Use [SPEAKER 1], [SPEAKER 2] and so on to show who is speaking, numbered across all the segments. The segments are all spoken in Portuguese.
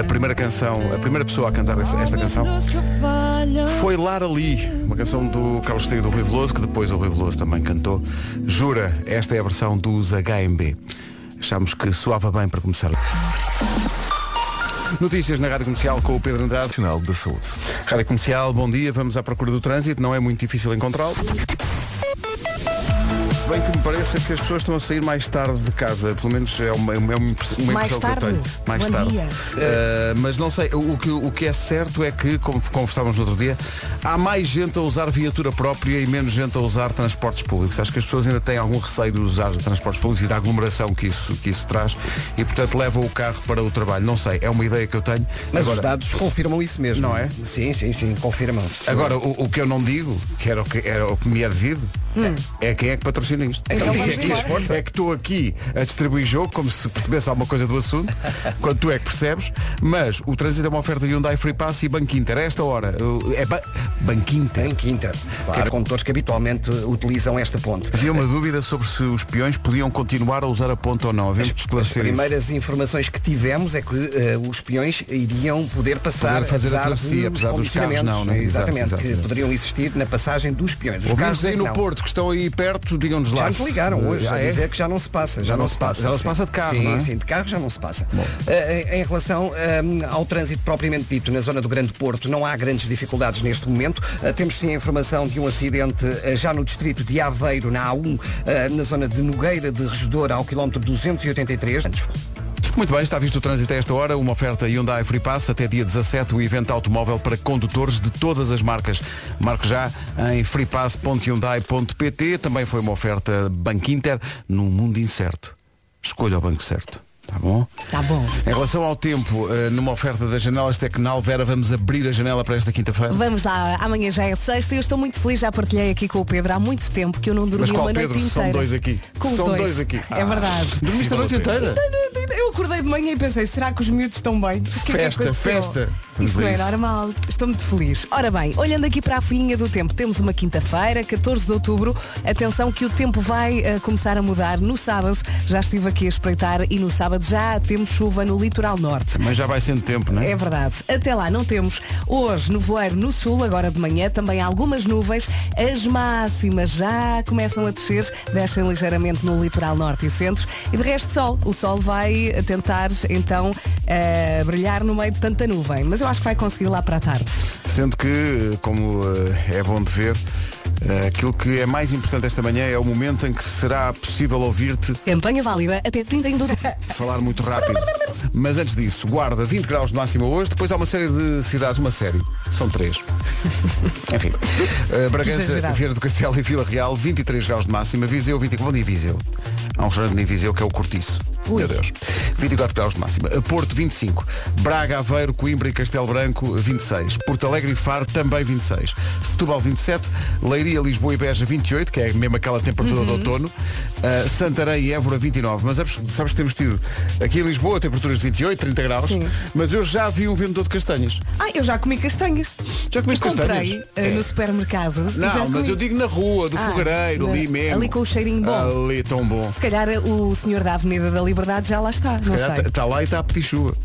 [SPEAKER 1] A primeira canção, a primeira pessoa a cantar essa- esta canção foi Lara Lee, uma canção do Carlos Teio do Rui Veloso, que depois o Rui Veloso também cantou. Jura, esta é a versão dos HMB. Achámos que soava bem para começar. Notícias na Rádio Comercial com o Pedro Andrade.
[SPEAKER 2] Nacional da Saúde.
[SPEAKER 1] Rádio Comercial, bom dia, vamos à procura do trânsito, não é muito difícil encontrá-lo. Se bem que me parece é que as pessoas estão a sair mais tarde de casa, pelo menos é uma, é uma, impress- uma
[SPEAKER 3] Mais
[SPEAKER 1] impressão que eu
[SPEAKER 3] tarde?
[SPEAKER 1] tenho. Mais
[SPEAKER 3] Bom
[SPEAKER 1] tarde.
[SPEAKER 3] dia.
[SPEAKER 4] É.
[SPEAKER 1] Eh, mas não sei, o que, o que é certo é que, como conversávamos no outro dia, há mais gente a usar viatura própria e menos gente a usar transportes públicos. Acho que as pessoas ainda têm algum receio de usar transportes públicos e da aglomeração que isso, que isso traz e, portanto, levam o carro para o trabalho. Não sei, é uma ideia que eu tenho.
[SPEAKER 4] Mas
[SPEAKER 1] Agora-
[SPEAKER 4] os dados confirmam isso mesmo.
[SPEAKER 1] Não é?
[SPEAKER 4] Sim, sim, sim, confirmam-se.
[SPEAKER 1] Agora, o, o que eu não digo, que era o que, era o que me é devido, é quem é que patrocina isto.
[SPEAKER 4] Hum. Então
[SPEAKER 1] é,
[SPEAKER 4] vamos
[SPEAKER 1] que,
[SPEAKER 4] embora.
[SPEAKER 1] esforça. É que estou aqui a distribuir jogo, como se percebesse alguma coisa do assunto, quando tu é que percebes, mas o trânsito é uma oferta de Hyundai Free Pass e Banco Inter. A esta hora, uh, é ba Banco Inter.
[SPEAKER 4] Tem quinta. Claro, há condutores que habitualmente utilizam esta ponte.
[SPEAKER 1] Havia uma dúvida sobre se os peões podiam continuar a usar a ponta ou não. um Havemos de
[SPEAKER 4] As
[SPEAKER 1] esclarecer isso.
[SPEAKER 4] primeiras informações que tivemos é que eh, os peões iriam poder passar
[SPEAKER 1] Poder fazer a
[SPEAKER 4] apesar
[SPEAKER 1] travessia, apesar dos carros
[SPEAKER 4] condicionamentos.
[SPEAKER 1] não, não é? Exato,
[SPEAKER 4] Exatamente,
[SPEAKER 1] exato,
[SPEAKER 4] que
[SPEAKER 1] exato.
[SPEAKER 4] poderiam existir na passagem dos peões. Os
[SPEAKER 1] Ouvintes
[SPEAKER 4] carros é
[SPEAKER 1] aí
[SPEAKER 4] que
[SPEAKER 1] no
[SPEAKER 4] não.
[SPEAKER 1] Porto, que estão aí perto, digam-nos lá.
[SPEAKER 4] Já nos ligaram
[SPEAKER 1] se-
[SPEAKER 4] hoje
[SPEAKER 1] Ah,
[SPEAKER 4] a
[SPEAKER 1] é?
[SPEAKER 4] dizer que já não se passa. Já, não, se passa.
[SPEAKER 1] já não se
[SPEAKER 4] sim.
[SPEAKER 1] passa de carro,
[SPEAKER 4] Sim,
[SPEAKER 1] não é?
[SPEAKER 4] sim, de carro já não se passa. Eh, em- em relação eh, ao trânsito propriamente dito na zona do Grande Porto, não há grandes dificuldades neste momento. Eh, temos sim a informação de um acidente eh, já no distrito de Aveiro, na A1, eh, na zona de Nogueira de Regedor, ao quilómetro 283.
[SPEAKER 1] Muito bem, está visto o trânsito a esta hora, uma oferta Hyundai Free Pass até dia 17, o evento automóvel para condutores de todas as marcas. Marque já em freepass.hyundai.pt, também foi uma oferta Banco Inter, num mundo incerto. Escolha o banco certo, tá bom?
[SPEAKER 3] Tá bom.
[SPEAKER 1] Em relação ao tempo, eh, numa oferta das janelas Tecnal, Vera, vamos abrir a janela para esta quinta-feira.
[SPEAKER 3] Vamos lá, amanhã já é sexta e eu estou muito feliz, já partilhei aqui com o Pedro há muito tempo que eu não dormi
[SPEAKER 1] Mas qual
[SPEAKER 3] uma noite
[SPEAKER 1] Pedro?
[SPEAKER 3] inteira.
[SPEAKER 1] São dois aqui.
[SPEAKER 3] Com os
[SPEAKER 1] São
[SPEAKER 3] dois.
[SPEAKER 1] dois aqui.
[SPEAKER 3] É
[SPEAKER 1] Ah.
[SPEAKER 3] verdade.
[SPEAKER 1] Dormiste a noite inteira?
[SPEAKER 3] Eu acordei de manhã e pensei, será que os miúdos estão bem? O que é que
[SPEAKER 1] Festa,
[SPEAKER 3] aconteceu?
[SPEAKER 1] festa. Vamos
[SPEAKER 3] Isso não
[SPEAKER 1] a
[SPEAKER 3] é
[SPEAKER 1] isso.
[SPEAKER 3] normal. Estou muito feliz. Ora bem, olhando aqui para a folhinha do tempo, temos uma quinta-feira, 14 de outubro. Atenção que o tempo vai eh, começar a mudar no sábado. Já estive aqui a espreitar e no sábado já temos chuva no litoral norte.
[SPEAKER 1] Mas já vai sendo tempo, não
[SPEAKER 3] É verdade. Até lá não temos. Hoje, nevoeiro no sul, agora de manhã, também algumas nuvens. As máximas já começam a descer, descem ligeiramente no litoral norte e centro. E de resto, sol. O sol vai tentar, então, eh, brilhar no meio de tanta nuvem. Mas eu acho que vai conseguir lá para a tarde.
[SPEAKER 1] Sendo que, como eh, é bom de ver, eh, aquilo que é mais importante esta manhã é o momento em que será possível ouvir-te
[SPEAKER 3] Campanha válida até 31 de outubro.
[SPEAKER 1] falar muito rápido. Mas antes disso, guarda 20 graus de máxima hoje, depois há uma série de cidades, uma série. São três. Enfim. Eh, Bragança,
[SPEAKER 3] Exagerado.
[SPEAKER 1] Vieira do Castelo e Vila Real, 23 graus de máxima. Viseu, 24. Bom dia, Viseu. Há um restaurante em Viseu que é o Cortiço. Meu Deus. 24 graus de máxima. Porto, 25. Braga, Aveiro, Coimbra e Castelo Branco, 26. Porto Alegre e Faro, também 26. Setúbal, 27. Leiria, Lisboa e Beja, 28, que é mesmo aquela
[SPEAKER 3] Uhum.
[SPEAKER 1] temperatura de outono. Ah, Santarém e Évora, 29. Mas sabes, sabes que temos tido aqui em Lisboa temperaturas de 28, 30 graus.
[SPEAKER 3] Sim.
[SPEAKER 1] Mas eu já vi um vendedor de castanhas.
[SPEAKER 3] Ah, eu já comi castanhas.
[SPEAKER 1] Já comeste
[SPEAKER 3] Comprei
[SPEAKER 1] castanhas?
[SPEAKER 3] eh,
[SPEAKER 1] É.
[SPEAKER 3] no supermercado. e já
[SPEAKER 1] Não, mas
[SPEAKER 3] comi.
[SPEAKER 1] eu digo na rua, do
[SPEAKER 3] Ah,
[SPEAKER 1] fogareiro,
[SPEAKER 3] na-
[SPEAKER 1] ali mesmo.
[SPEAKER 3] ali com o cheirinho bom.
[SPEAKER 1] Ali tão bom.
[SPEAKER 3] Se calhar o senhor da Avenida da Liberdade já lá está. não sei.
[SPEAKER 1] Está tá, lá e está a pedir chuva.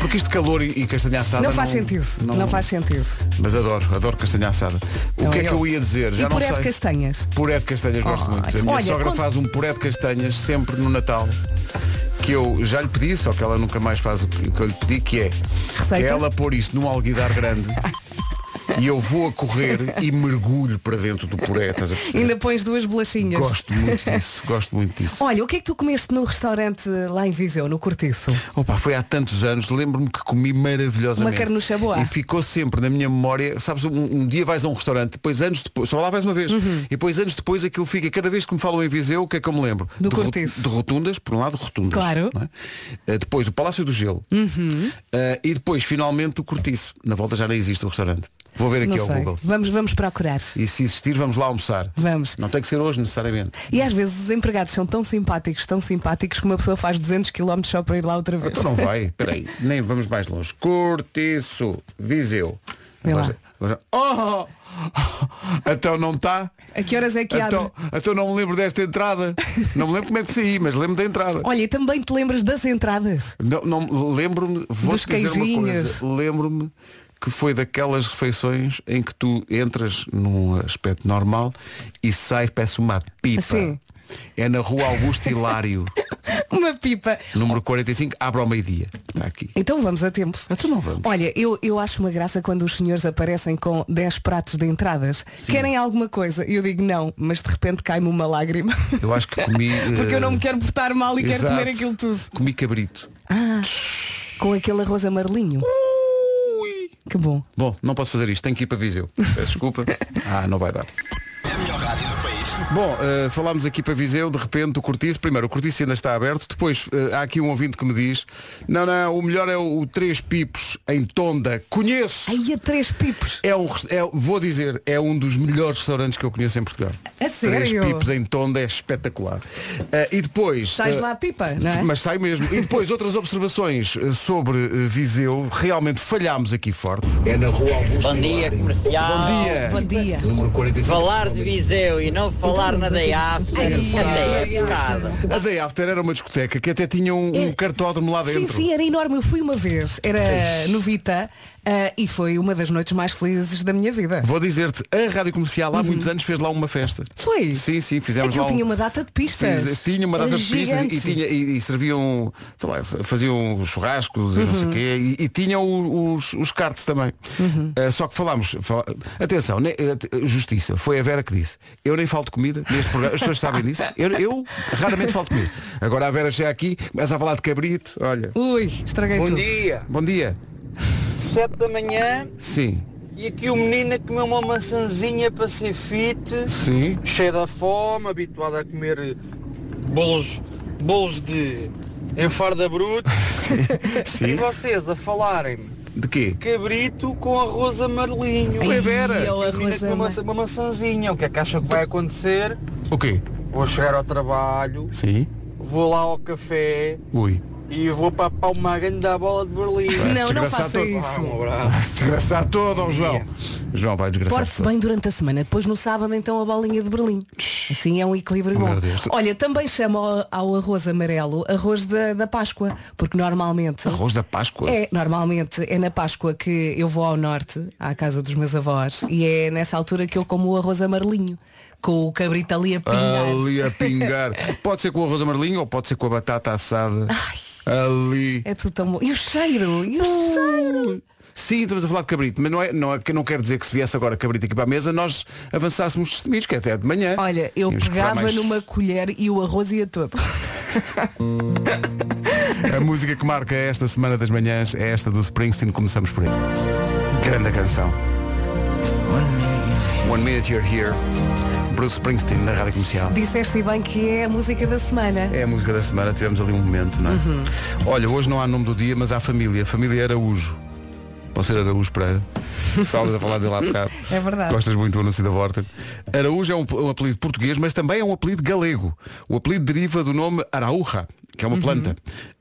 [SPEAKER 1] Porque isto de calor e, e castanha assada.
[SPEAKER 3] Não faz sentido, não, faz sentido.
[SPEAKER 1] Mas adoro, adoro castanha assada. O
[SPEAKER 3] Não,
[SPEAKER 1] que é que
[SPEAKER 3] eu-
[SPEAKER 1] eu ia dizer?
[SPEAKER 3] E
[SPEAKER 1] Já não
[SPEAKER 3] puré de
[SPEAKER 1] sei.
[SPEAKER 3] castanhas?
[SPEAKER 1] Puré de castanhas gosto
[SPEAKER 3] Oh,
[SPEAKER 1] muito. A minha
[SPEAKER 3] olha,
[SPEAKER 1] sogra
[SPEAKER 3] quando-
[SPEAKER 1] faz um puré de castanhas sempre no Natal. Que eu já lhe pedi, só que ela nunca mais faz o que o que eu lhe pedi, que é
[SPEAKER 3] Receita?
[SPEAKER 1] que é ela pôr isso num alguidar grande. E eu vou a correr e mergulho para dentro do puré, estás a perceber?
[SPEAKER 3] Ainda pões duas bolachinhas.
[SPEAKER 1] Gosto muito disso, gosto muito disso.
[SPEAKER 3] Olha, o que é que tu comeste no restaurante lá em Viseu, no Cortiço?
[SPEAKER 1] Opa, foi há tantos anos, lembro-me que comi maravilhosamente.
[SPEAKER 3] Uma carnucha boa.
[SPEAKER 1] E ficou sempre na minha memória, sabes, um, um dia vais a um restaurante, depois anos depois, só lá vais uma vez,
[SPEAKER 3] Uhum.
[SPEAKER 1] e depois anos depois aquilo fica, cada vez que me falam em Viseu, o que é que eu me lembro?
[SPEAKER 3] Do
[SPEAKER 1] de, ro-
[SPEAKER 3] cortiço.
[SPEAKER 1] de rotundas, por um lado rotundas.
[SPEAKER 3] Claro. Uhum.
[SPEAKER 1] não é? Eh, depois o Palácio do Gelo. Eh, e depois, finalmente, o cortiço. Na volta já nem existe o restaurante. Vou ver aqui
[SPEAKER 3] não
[SPEAKER 1] ao
[SPEAKER 3] sei.
[SPEAKER 1] Google.
[SPEAKER 3] Vamos, vamos procurar.
[SPEAKER 1] E se existir, vamos lá almoçar.
[SPEAKER 3] Vamos.
[SPEAKER 1] Não tem que ser hoje necessariamente.
[SPEAKER 3] E às vezes os empregados são tão simpáticos, tão simpáticos, que uma pessoa faz 200 km só para ir lá outra vez.
[SPEAKER 1] Então não vai, peraí, nem vamos mais longe. Cortiço, Viseu.
[SPEAKER 3] Vê lá.
[SPEAKER 1] Agora- agora- Oh! Então não está?
[SPEAKER 3] A que horas é que abre?
[SPEAKER 1] Então, então não me lembro desta entrada. Não me lembro como é que saí, mas lembro da entrada.
[SPEAKER 3] Olha, e também te lembras das entradas?
[SPEAKER 1] Não, não- lembro-me, vou
[SPEAKER 3] Dos
[SPEAKER 1] dizer uma
[SPEAKER 3] queijinhos.
[SPEAKER 1] coisa. Lembro-me que foi daquelas refeições em que tu entras num aspecto normal e sai, peço uma pipa.
[SPEAKER 3] Sim.
[SPEAKER 1] É na rua Augusto Hilário,
[SPEAKER 3] Uma pipa.
[SPEAKER 1] número 45, abre ao meio-dia. Está aqui.
[SPEAKER 3] Então vamos a tempo.
[SPEAKER 1] Então não vamos.
[SPEAKER 3] Olha, eu, eu acho uma graça quando os senhores aparecem com 10 pratos de entradas. Querem alguma coisa? E eu digo não, mas de repente cai-me uma lágrima.
[SPEAKER 1] Eu acho que comi.
[SPEAKER 3] Porque eu não me
[SPEAKER 1] eh,
[SPEAKER 3] quero portar mal e quero
[SPEAKER 1] exato.
[SPEAKER 3] comer aquilo tudo.
[SPEAKER 1] Comi cabrito.
[SPEAKER 3] Ah, com aquele arroz amarelinho. Que bom.
[SPEAKER 1] Bom, não posso fazer isto, tenho que ir para Viseu. Peço desculpa. Ah, não vai dar. Bom, eh, falámos aqui para Viseu, de repente, o cortiço. Primeiro, o cortiço ainda está aberto. Depois, eh, há aqui um ouvinte que me diz Não, não, o melhor é o, o Três Pipos, em Tonda. Conheço!
[SPEAKER 3] Aí a três pipos.
[SPEAKER 1] É um, res- é, vou dizer, é um dos melhores restaurantes que eu conheço em Portugal.
[SPEAKER 3] A É sério?
[SPEAKER 1] Três Pipos, em Tonda, é espetacular. Eh, e depois...
[SPEAKER 3] Sais
[SPEAKER 1] eh,
[SPEAKER 3] lá a pipa, não é?
[SPEAKER 1] Mas sai mesmo. E depois outras observações eh, sobre eh, Viseu. Realmente falhámos aqui forte. É na rua Augusto.
[SPEAKER 2] Bom dia, comercial.
[SPEAKER 1] Bom dia.
[SPEAKER 3] Bom dia.
[SPEAKER 1] Número 45.
[SPEAKER 2] Falar de Viseu e não falar na Day After até é pecado.
[SPEAKER 1] A Day After era uma discoteca que até tinha um, um
[SPEAKER 3] É.
[SPEAKER 1] cartódromo lá dentro.
[SPEAKER 3] Sim, sim, era enorme. Eu fui uma vez. Era novita ah, e foi uma das noites mais felizes da minha vida.
[SPEAKER 1] Vou dizer-te, a Rádio Comercial há muitos anos fez lá uma festa.
[SPEAKER 3] Uhum. Foi?
[SPEAKER 1] Sim, sim, fizemos
[SPEAKER 3] Aquilo
[SPEAKER 1] lá um-
[SPEAKER 3] tinha uma data de pistas. É
[SPEAKER 1] Fiz- tinha uma data de pistas
[SPEAKER 3] Gigante.
[SPEAKER 1] e, tinha, e, e serviam, sei lá, faziam churrascos e não
[SPEAKER 3] Uhum.
[SPEAKER 1] sei o quê, e, e tinham o- os, os cartes também. Ah, só que falámos, fala- atenção, ne- eh, justiça, foi a Vera que disse, eu nem falto comida neste programa, as pessoas sabem disso, eu, eu raramente falto comida. Agora a Vera chega aqui, começa a falar de cabrito, olha.
[SPEAKER 3] Ui, estraguei
[SPEAKER 5] Bom
[SPEAKER 3] tudo.
[SPEAKER 5] dia,
[SPEAKER 1] Bom dia.
[SPEAKER 5] 7 da manhã
[SPEAKER 1] Sim.
[SPEAKER 5] e aqui o menino comeu uma maçãzinha para ser fit,
[SPEAKER 1] Sim.
[SPEAKER 5] cheio da fome, habituado a comer bolos, bolos de enfarda bruto. E
[SPEAKER 1] Sim.
[SPEAKER 5] vocês a falarem
[SPEAKER 1] De quê?
[SPEAKER 5] cabrito com arroz amarelinho.
[SPEAKER 1] Foi a Vera.
[SPEAKER 3] Ai, eu
[SPEAKER 5] E o menino
[SPEAKER 3] arroz
[SPEAKER 5] comeu uma, maçã-
[SPEAKER 3] ama-
[SPEAKER 5] uma maçãzinha, o que é que acha que vai acontecer?
[SPEAKER 1] O quê?
[SPEAKER 5] Vou chegar ao trabalho,
[SPEAKER 1] Sim.
[SPEAKER 5] vou lá ao café
[SPEAKER 1] Ui.
[SPEAKER 5] e vou papar uma grande bola de Berlim.
[SPEAKER 3] Não, não
[SPEAKER 1] desgraçado
[SPEAKER 3] faça
[SPEAKER 1] todo.
[SPEAKER 5] Ah,
[SPEAKER 3] isso.
[SPEAKER 5] um abraço.
[SPEAKER 1] Desgraçar todo, ó João. João vai desgraçar
[SPEAKER 3] Porte-se
[SPEAKER 1] todo.
[SPEAKER 3] bem durante a semana, depois no sábado então a bolinha de Berlim. Assim é um equilíbrio bom.
[SPEAKER 1] Meu Deus.
[SPEAKER 3] Olha, também chamo ao- ao arroz amarelo arroz da, da Páscoa, porque normalmente
[SPEAKER 1] Arroz da Páscoa.
[SPEAKER 3] É, normalmente é na Páscoa que eu vou ao norte, à casa dos meus avós, e é nessa altura que eu como o arroz amarelinho, com o cabrito ali a pingar.
[SPEAKER 1] Ali a pingar. pode ser com arroz amarelinho ou pode ser com a batata assada. Ali.
[SPEAKER 3] É tudo tão bom. E o cheiro, e o cheiro.
[SPEAKER 1] Sim, estamos a falar de cabrito, mas não, é, não, é, que não quer dizer que se viesse agora cabrito aqui para a mesa, nós avançássemos destemidos, que é até de manhã.
[SPEAKER 3] Olha, eu
[SPEAKER 1] Tínhamos que dar
[SPEAKER 3] pegava
[SPEAKER 1] mais-
[SPEAKER 3] numa colher e o arroz ia todo.
[SPEAKER 1] A música que marca esta semana das manhãs é esta do Springsteen, começamos por ele. Grande canção. One Minute You're Here. Bruce Springsteen na Rádio Comercial.
[SPEAKER 3] Disseste bem que é a música da semana.
[SPEAKER 1] É a música da semana, tivemos ali um momento, não é?
[SPEAKER 3] Uhum.
[SPEAKER 1] Olha, hoje não há nome do dia, mas há família. Família é Araújo. Pode ser Araújo Pereira. Estávamos a falar dele há bocado.
[SPEAKER 3] É verdade.
[SPEAKER 1] Gostas muito do anúncio da Vorten. Araújo é um, um apelido português, mas também é um apelido galego. O apelido deriva do nome Araúja, que
[SPEAKER 3] Uhum.
[SPEAKER 1] é uma planta.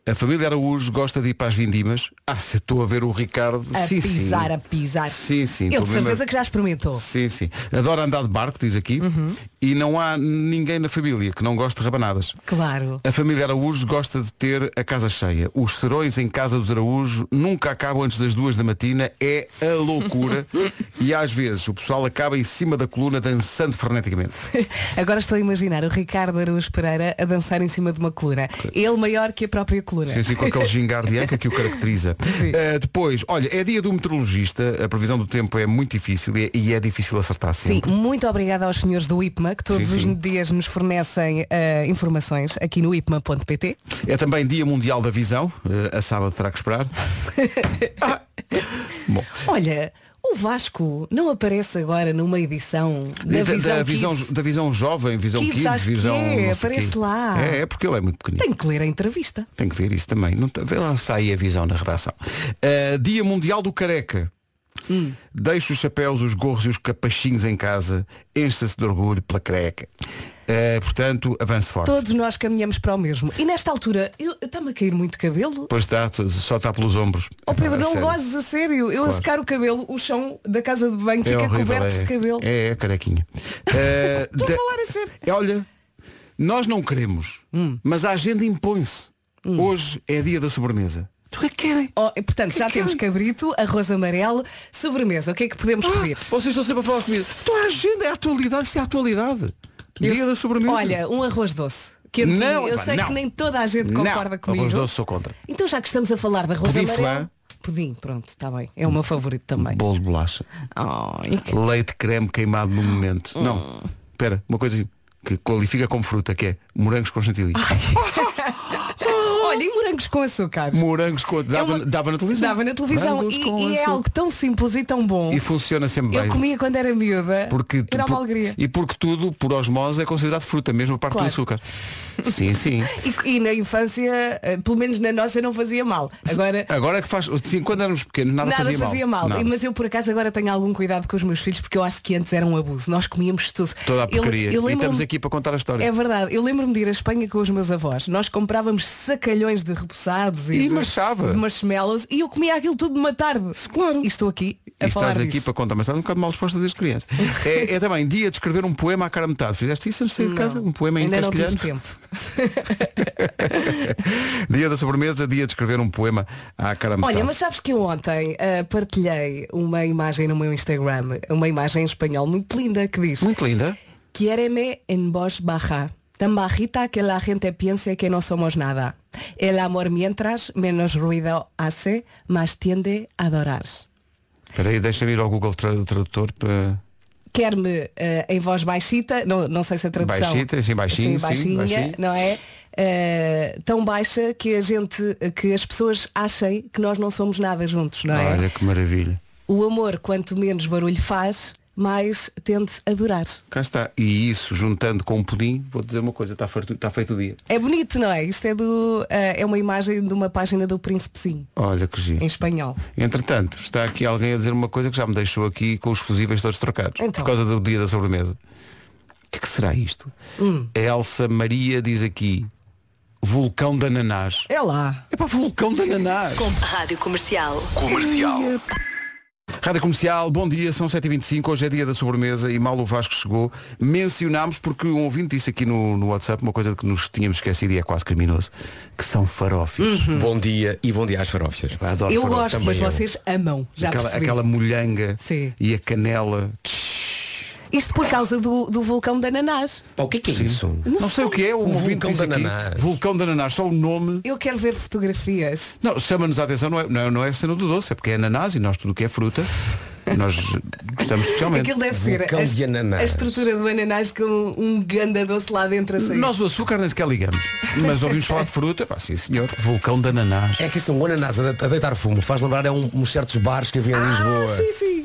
[SPEAKER 1] A família Araújo gosta de ir para as vindimas. Ah, se estou a ver o Ricardo.
[SPEAKER 3] A
[SPEAKER 1] sim,
[SPEAKER 3] pisar,
[SPEAKER 1] sim.
[SPEAKER 3] a pisar.
[SPEAKER 1] Sim, sim.
[SPEAKER 3] Ele de
[SPEAKER 1] problema-
[SPEAKER 3] certeza que já experimentou.
[SPEAKER 1] Sim, sim. Adora andar de barco, diz aqui.
[SPEAKER 3] Uhum.
[SPEAKER 1] E não há ninguém na família que não goste de rabanadas.
[SPEAKER 3] Claro.
[SPEAKER 1] A família Araújo gosta de ter a casa cheia. Os serões em casa dos Araújo nunca acabam antes das duas da matina. É a loucura. e às vezes o pessoal acaba em cima da coluna dançando freneticamente.
[SPEAKER 3] Agora estou a imaginar o Ricardo Araújo Pereira a dançar em cima de uma coluna. Ele maior que a própria coluna.
[SPEAKER 1] Sim, sim, com aquele gingar de anca que o caracteriza. Ah, depois, olha, é dia do meteorologista. A previsão do tempo é muito difícil e é, e é difícil acertar
[SPEAKER 3] Sim,
[SPEAKER 1] sempre.
[SPEAKER 3] muito obrigada aos senhores do IPMA que todos
[SPEAKER 1] Sim, sim.
[SPEAKER 3] os dias nos fornecem eh, informações aqui no ipma.pt.
[SPEAKER 1] É também dia mundial da visão. Ah, a sábado terá que esperar. Ah, Bom.
[SPEAKER 3] Olha, o Vasco não aparece agora numa edição da, Visão,
[SPEAKER 1] da, visão
[SPEAKER 3] Kids.
[SPEAKER 1] da visão jovem, visão
[SPEAKER 3] Kids,
[SPEAKER 1] 15,
[SPEAKER 3] acho que
[SPEAKER 1] visão.
[SPEAKER 3] é,
[SPEAKER 1] não sei
[SPEAKER 3] aparece
[SPEAKER 1] quê.
[SPEAKER 3] lá.
[SPEAKER 1] É, é porque ele é muito pequenino.
[SPEAKER 3] Tenho que ler a entrevista.
[SPEAKER 1] Tem que ver isso também. Não, tá- vê lá sai a visão na redação. Uh, Dia Mundial do Careca.
[SPEAKER 3] Hum.
[SPEAKER 1] Deixe os chapéus, os gorros e os capachinhos em casa. Encha-se de orgulho pela careca. Eh, portanto, avance forte.
[SPEAKER 3] Todos nós caminhamos para o mesmo. E nesta altura, eu está-me a cair muito cabelo.
[SPEAKER 1] Pois está, só está pelos ombros.
[SPEAKER 3] Oh Pedro,
[SPEAKER 1] A
[SPEAKER 3] não
[SPEAKER 1] sério.
[SPEAKER 3] gozes a sério. Eu a
[SPEAKER 1] Claro.
[SPEAKER 3] secar o cabelo, o chão da casa de banho fica
[SPEAKER 1] horrível,
[SPEAKER 3] coberto
[SPEAKER 1] é.
[SPEAKER 3] de cabelo.
[SPEAKER 1] É, é carequinho. Eh,
[SPEAKER 3] Estou a
[SPEAKER 1] de-
[SPEAKER 3] falar a sério. Hum.
[SPEAKER 1] É, Olha, nós não queremos, mas a agenda impõe-se. Hoje é dia da sobremesa. Tu o que é que querem?
[SPEAKER 3] Oh, e, portanto, já temos cabrito, arroz amarelo, sobremesa. O que é que podemos
[SPEAKER 1] Ah,
[SPEAKER 3] pedir?
[SPEAKER 1] vocês estão sempre a falar comigo. Então a agenda é a atualidade, isso é a atualidade. Dia da sobremesa.
[SPEAKER 3] Olha, um arroz doce. Quentinho.
[SPEAKER 1] Não,
[SPEAKER 3] eu
[SPEAKER 1] pá,
[SPEAKER 3] sei
[SPEAKER 1] não.
[SPEAKER 3] que nem toda a gente
[SPEAKER 1] Não,
[SPEAKER 3] concorda comigo.
[SPEAKER 1] arroz doce sou contra.
[SPEAKER 3] Então já que estamos a falar de arroz
[SPEAKER 1] Pudim
[SPEAKER 3] amarelo.
[SPEAKER 1] flan.
[SPEAKER 3] Pudim, pronto, está bem. É o meu favorito também.
[SPEAKER 1] Bolo de bolacha.
[SPEAKER 3] Oh, incrível.
[SPEAKER 1] Leite creme queimado no momento. Não. Espera, uma coisa assim, que qualifica como fruta, que é morangos com chantilly.
[SPEAKER 3] Olha, e morangos com açúcar?
[SPEAKER 1] Morangos com... Dava,
[SPEAKER 3] É uma-
[SPEAKER 1] dava na televisão.
[SPEAKER 3] Dava na televisão.
[SPEAKER 1] Morangos com
[SPEAKER 3] E, e é
[SPEAKER 1] açúcar.
[SPEAKER 3] algo tão simples e tão bom.
[SPEAKER 1] E funciona sempre
[SPEAKER 3] Eu
[SPEAKER 1] bem.
[SPEAKER 3] comia quando era miúda.
[SPEAKER 1] Porque tu-
[SPEAKER 3] era uma
[SPEAKER 1] por-
[SPEAKER 3] alegria.
[SPEAKER 1] E porque tudo, por osmose, é considerado fruta, mesmo a parte
[SPEAKER 3] Claro.
[SPEAKER 1] do açúcar. Sim, sim.
[SPEAKER 3] E, e na infância, eh, pelo menos na nossa, não fazia mal. Agora.
[SPEAKER 1] Agora é que faz. Sim, quando éramos pequenos, nada,
[SPEAKER 3] Nada fazia, mal,
[SPEAKER 1] Nada.
[SPEAKER 3] mas eu por acaso agora tenho algum cuidado com os meus filhos porque eu acho que antes era um abuso. Nós comíamos tudo.
[SPEAKER 1] Toda a
[SPEAKER 3] Eu-
[SPEAKER 1] porcaria.
[SPEAKER 3] eu
[SPEAKER 1] e
[SPEAKER 3] lembro-me-
[SPEAKER 1] estamos aqui para contar a história.
[SPEAKER 3] É verdade, eu lembro-me de ir à Espanha com os meus avós. Nós comprávamos sacalhões de repousados e,
[SPEAKER 1] E
[SPEAKER 3] de,
[SPEAKER 1] marchava.
[SPEAKER 3] de marshmallows e eu comia aquilo tudo de uma tarde. Claro. E estou aqui a
[SPEAKER 1] e
[SPEAKER 3] falar
[SPEAKER 1] estás aqui
[SPEAKER 3] disso.
[SPEAKER 1] para contar, mas estás um bocado mal resposta desde criança. É, é também dia de escrever um poema à cara metade. Fizeste isso antes de sair de casa? Um poema em
[SPEAKER 3] Ainda não
[SPEAKER 1] castelhano?
[SPEAKER 3] tive tempo.
[SPEAKER 1] Dia da sobremesa, dia de escrever um poema à cara metade.
[SPEAKER 3] Olha, mas sabes que eu ontem ah, partilhei uma imagem no meu Instagram, uma imagem em espanhol muito linda que diz
[SPEAKER 1] Muito linda.
[SPEAKER 3] Quiereme en voz baja, tan bajita que la gente piense que no somos nada. El amor mientras menos ruido hace, más tiende a adorar.
[SPEAKER 1] Espera aí, deixa-me ir ao Google Tra- Tradutor para.
[SPEAKER 3] Quer-me eh, em voz baixita, não, não sei se a tradução.
[SPEAKER 1] Baixita, sim, baixinho, sim,
[SPEAKER 3] baixinha,
[SPEAKER 1] baixinho.
[SPEAKER 3] não é? Eh, tão baixa que a gente, que as pessoas achem que nós não somos nada juntos, não é?
[SPEAKER 1] Olha que maravilha.
[SPEAKER 3] O amor, quanto menos barulho faz, mais tende a durar.
[SPEAKER 1] Cá está. E isso, juntando com um pudim, vou dizer uma coisa, está feito, está feito o dia.
[SPEAKER 3] É bonito, não é? Isto é do eh, é uma imagem de uma página do Príncipezinho
[SPEAKER 1] Olha que giro.
[SPEAKER 3] em espanhol.
[SPEAKER 1] Entretanto, está aqui alguém a dizer uma coisa que já me deixou aqui com os fusíveis todos trocados.
[SPEAKER 3] Então.
[SPEAKER 1] Por causa do dia da sobremesa. O que, que será isto?
[SPEAKER 3] Hum.
[SPEAKER 1] A Elsa Maria diz aqui vulcão de ananás.
[SPEAKER 3] É lá.
[SPEAKER 1] É para vulcão de ananás.
[SPEAKER 6] Rádio Comercial.
[SPEAKER 1] Rádio Comercial, bom dia, são 7h25, hoje é dia da sobremesa e mal o Vasco chegou. Mencionámos, porque um ouvinte disse aqui no, no WhatsApp uma coisa que nos tínhamos esquecido e é quase criminoso, que são farófias.
[SPEAKER 7] Bom dia e bom dia às farófias.
[SPEAKER 1] Pá, adoro
[SPEAKER 3] Hum. eu
[SPEAKER 1] farófias.
[SPEAKER 3] gosto, mas vocês amam. Já
[SPEAKER 1] aquela,
[SPEAKER 3] percebi.
[SPEAKER 1] aquela molhanga
[SPEAKER 3] Sim.
[SPEAKER 1] e a canela.
[SPEAKER 3] Isto por causa do, do vulcão de Ananás.
[SPEAKER 7] Pá, o que é que é isso?
[SPEAKER 1] Não, sei o que é, o
[SPEAKER 7] vulcão
[SPEAKER 1] ouvinte diz
[SPEAKER 7] de
[SPEAKER 1] aqui,
[SPEAKER 7] ananás.
[SPEAKER 1] Vulcão de ananás, só o nome.
[SPEAKER 3] Eu quero ver fotografias.
[SPEAKER 1] Não, chama-nos a atenção, não é, não, é, não é cena do doce, é porque é ananás e nós tudo o que é fruta, nós gostamos especialmente.
[SPEAKER 3] Aquilo deve ser
[SPEAKER 7] Vulcão
[SPEAKER 3] a,
[SPEAKER 7] de ananás.
[SPEAKER 3] a estrutura do ananás com um ganda doce lá dentro assim. a sair.
[SPEAKER 1] Nós o açúcar nem sequer ligamos, mas ouvimos falar de fruta, pá, sim senhor, vulcão de ananás.
[SPEAKER 7] É que isso, um ananás a de- a deitar fumo faz lembrar a um, uns certos bares que havia em Lisboa.
[SPEAKER 3] Ah, sim, sim.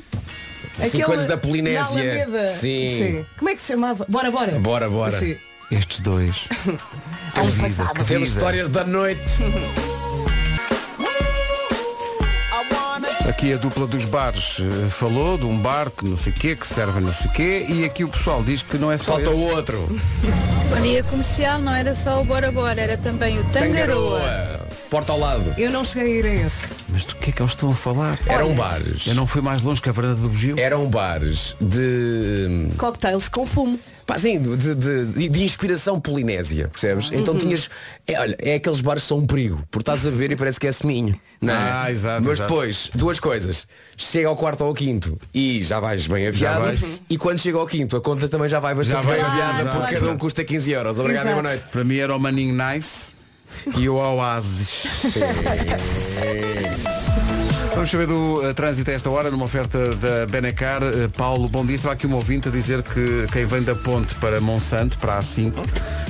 [SPEAKER 7] Assim,
[SPEAKER 3] Aquela-
[SPEAKER 7] coisas da
[SPEAKER 3] na
[SPEAKER 7] Polinésia.
[SPEAKER 3] Alameda.
[SPEAKER 7] Sim.
[SPEAKER 3] Como é que se chamava? Bora, bora.
[SPEAKER 7] Bora, bora.
[SPEAKER 3] Sim.
[SPEAKER 1] Estes dois.
[SPEAKER 7] É
[SPEAKER 1] Que
[SPEAKER 7] um
[SPEAKER 1] vida, que
[SPEAKER 7] Temos
[SPEAKER 1] vida.
[SPEAKER 7] histórias da noite.
[SPEAKER 1] Aqui a dupla dos bares eh, falou de um bar que não sei o quê, que serve não sei o quê, e aqui o pessoal diz que não é só
[SPEAKER 7] Falta
[SPEAKER 1] esse.
[SPEAKER 7] outro.
[SPEAKER 8] Bom dia comercial, não era só o Bora Bora, era também o Tangaroa.
[SPEAKER 7] Tangaroa. Porta ao lado.
[SPEAKER 3] Eu não cheguei a ir a esse.
[SPEAKER 1] Mas do que é que eles estão a falar?
[SPEAKER 7] Eram bares.
[SPEAKER 1] Eu não fui mais longe que a verdade do bugio.
[SPEAKER 7] Eram bares de.
[SPEAKER 3] Cocktails com fumo.
[SPEAKER 7] Pá, sim, de, de- de inspiração polinésia, percebes? Então tinhas. É, olha, é aqueles bares que são um perigo, porque estás a beber e parece que é seminho. Não é?
[SPEAKER 1] Ah, exato,
[SPEAKER 7] Mas
[SPEAKER 1] exato.
[SPEAKER 7] depois, duas coisas. Chega ao quarto ou ao quinto e já vais bem aviado.
[SPEAKER 1] vais.
[SPEAKER 7] E quando chega ao quinto, a conta também já vai bastante
[SPEAKER 1] Já vai
[SPEAKER 7] bem
[SPEAKER 1] aviada,
[SPEAKER 7] aviada,
[SPEAKER 1] exato,
[SPEAKER 7] porque cada um
[SPEAKER 1] exato.
[SPEAKER 7] custa 15 euros. Obrigado e boa noite.
[SPEAKER 3] Exato.
[SPEAKER 1] Para mim era o Maninho Nice e o Oasis. Vamos saber do eh, trânsito a esta hora, numa oferta da Benacar. Eh, Paulo, bom dia. Estava aqui um ouvinte a dizer que quem vem da ponte para Monsanto, para a 5,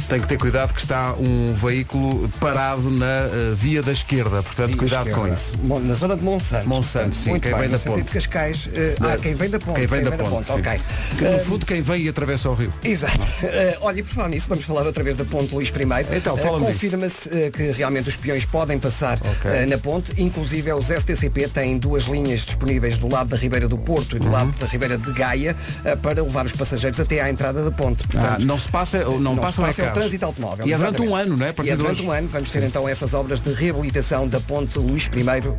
[SPEAKER 1] tem que ter cuidado que está um veículo parado na eh, via da esquerda. Portanto, cuidado
[SPEAKER 4] Esquerda.
[SPEAKER 1] com isso.
[SPEAKER 4] é Mon- Na zona de Monsanto.
[SPEAKER 1] Monsanto, sim,
[SPEAKER 4] Muito
[SPEAKER 1] quem
[SPEAKER 4] bem,
[SPEAKER 1] vem
[SPEAKER 4] no
[SPEAKER 1] da
[SPEAKER 4] sentido
[SPEAKER 1] ponte.
[SPEAKER 4] de Cascais. eh, ah, quem vem da ponte.
[SPEAKER 1] Quem vem da ponte. sim.
[SPEAKER 4] ok. Hum. Eh,
[SPEAKER 1] Que, no fundo, quem vem e atravessa o rio.
[SPEAKER 4] Exato. Eh, olha, e por falar nisso, vamos falar outra vez da ponte Luís I.
[SPEAKER 1] Então,
[SPEAKER 4] Eh,
[SPEAKER 1] fala-me disso.
[SPEAKER 4] Confirma-se eh, que realmente os peões podem passar
[SPEAKER 1] Ok.
[SPEAKER 4] eh, na ponte, inclusive os STCP tem duas linhas disponíveis do lado da Ribeira do Porto e
[SPEAKER 1] Uhum.
[SPEAKER 4] do lado da Ribeira de Gaia eh, para levar os passageiros até à entrada da ponte.
[SPEAKER 1] Ah,
[SPEAKER 4] Portanto,
[SPEAKER 1] não se passa, ou não,
[SPEAKER 4] não
[SPEAKER 1] passam
[SPEAKER 4] se
[SPEAKER 1] é
[SPEAKER 4] passa é o
[SPEAKER 1] carros.
[SPEAKER 4] trânsito automóvel.
[SPEAKER 1] E é durante
[SPEAKER 4] exatamente.
[SPEAKER 1] um ano, não é? A
[SPEAKER 4] E
[SPEAKER 1] partir
[SPEAKER 4] é
[SPEAKER 1] de
[SPEAKER 4] durante
[SPEAKER 1] hoje.
[SPEAKER 4] um ano vamos ter então essas obras de reabilitação da ponte Luís I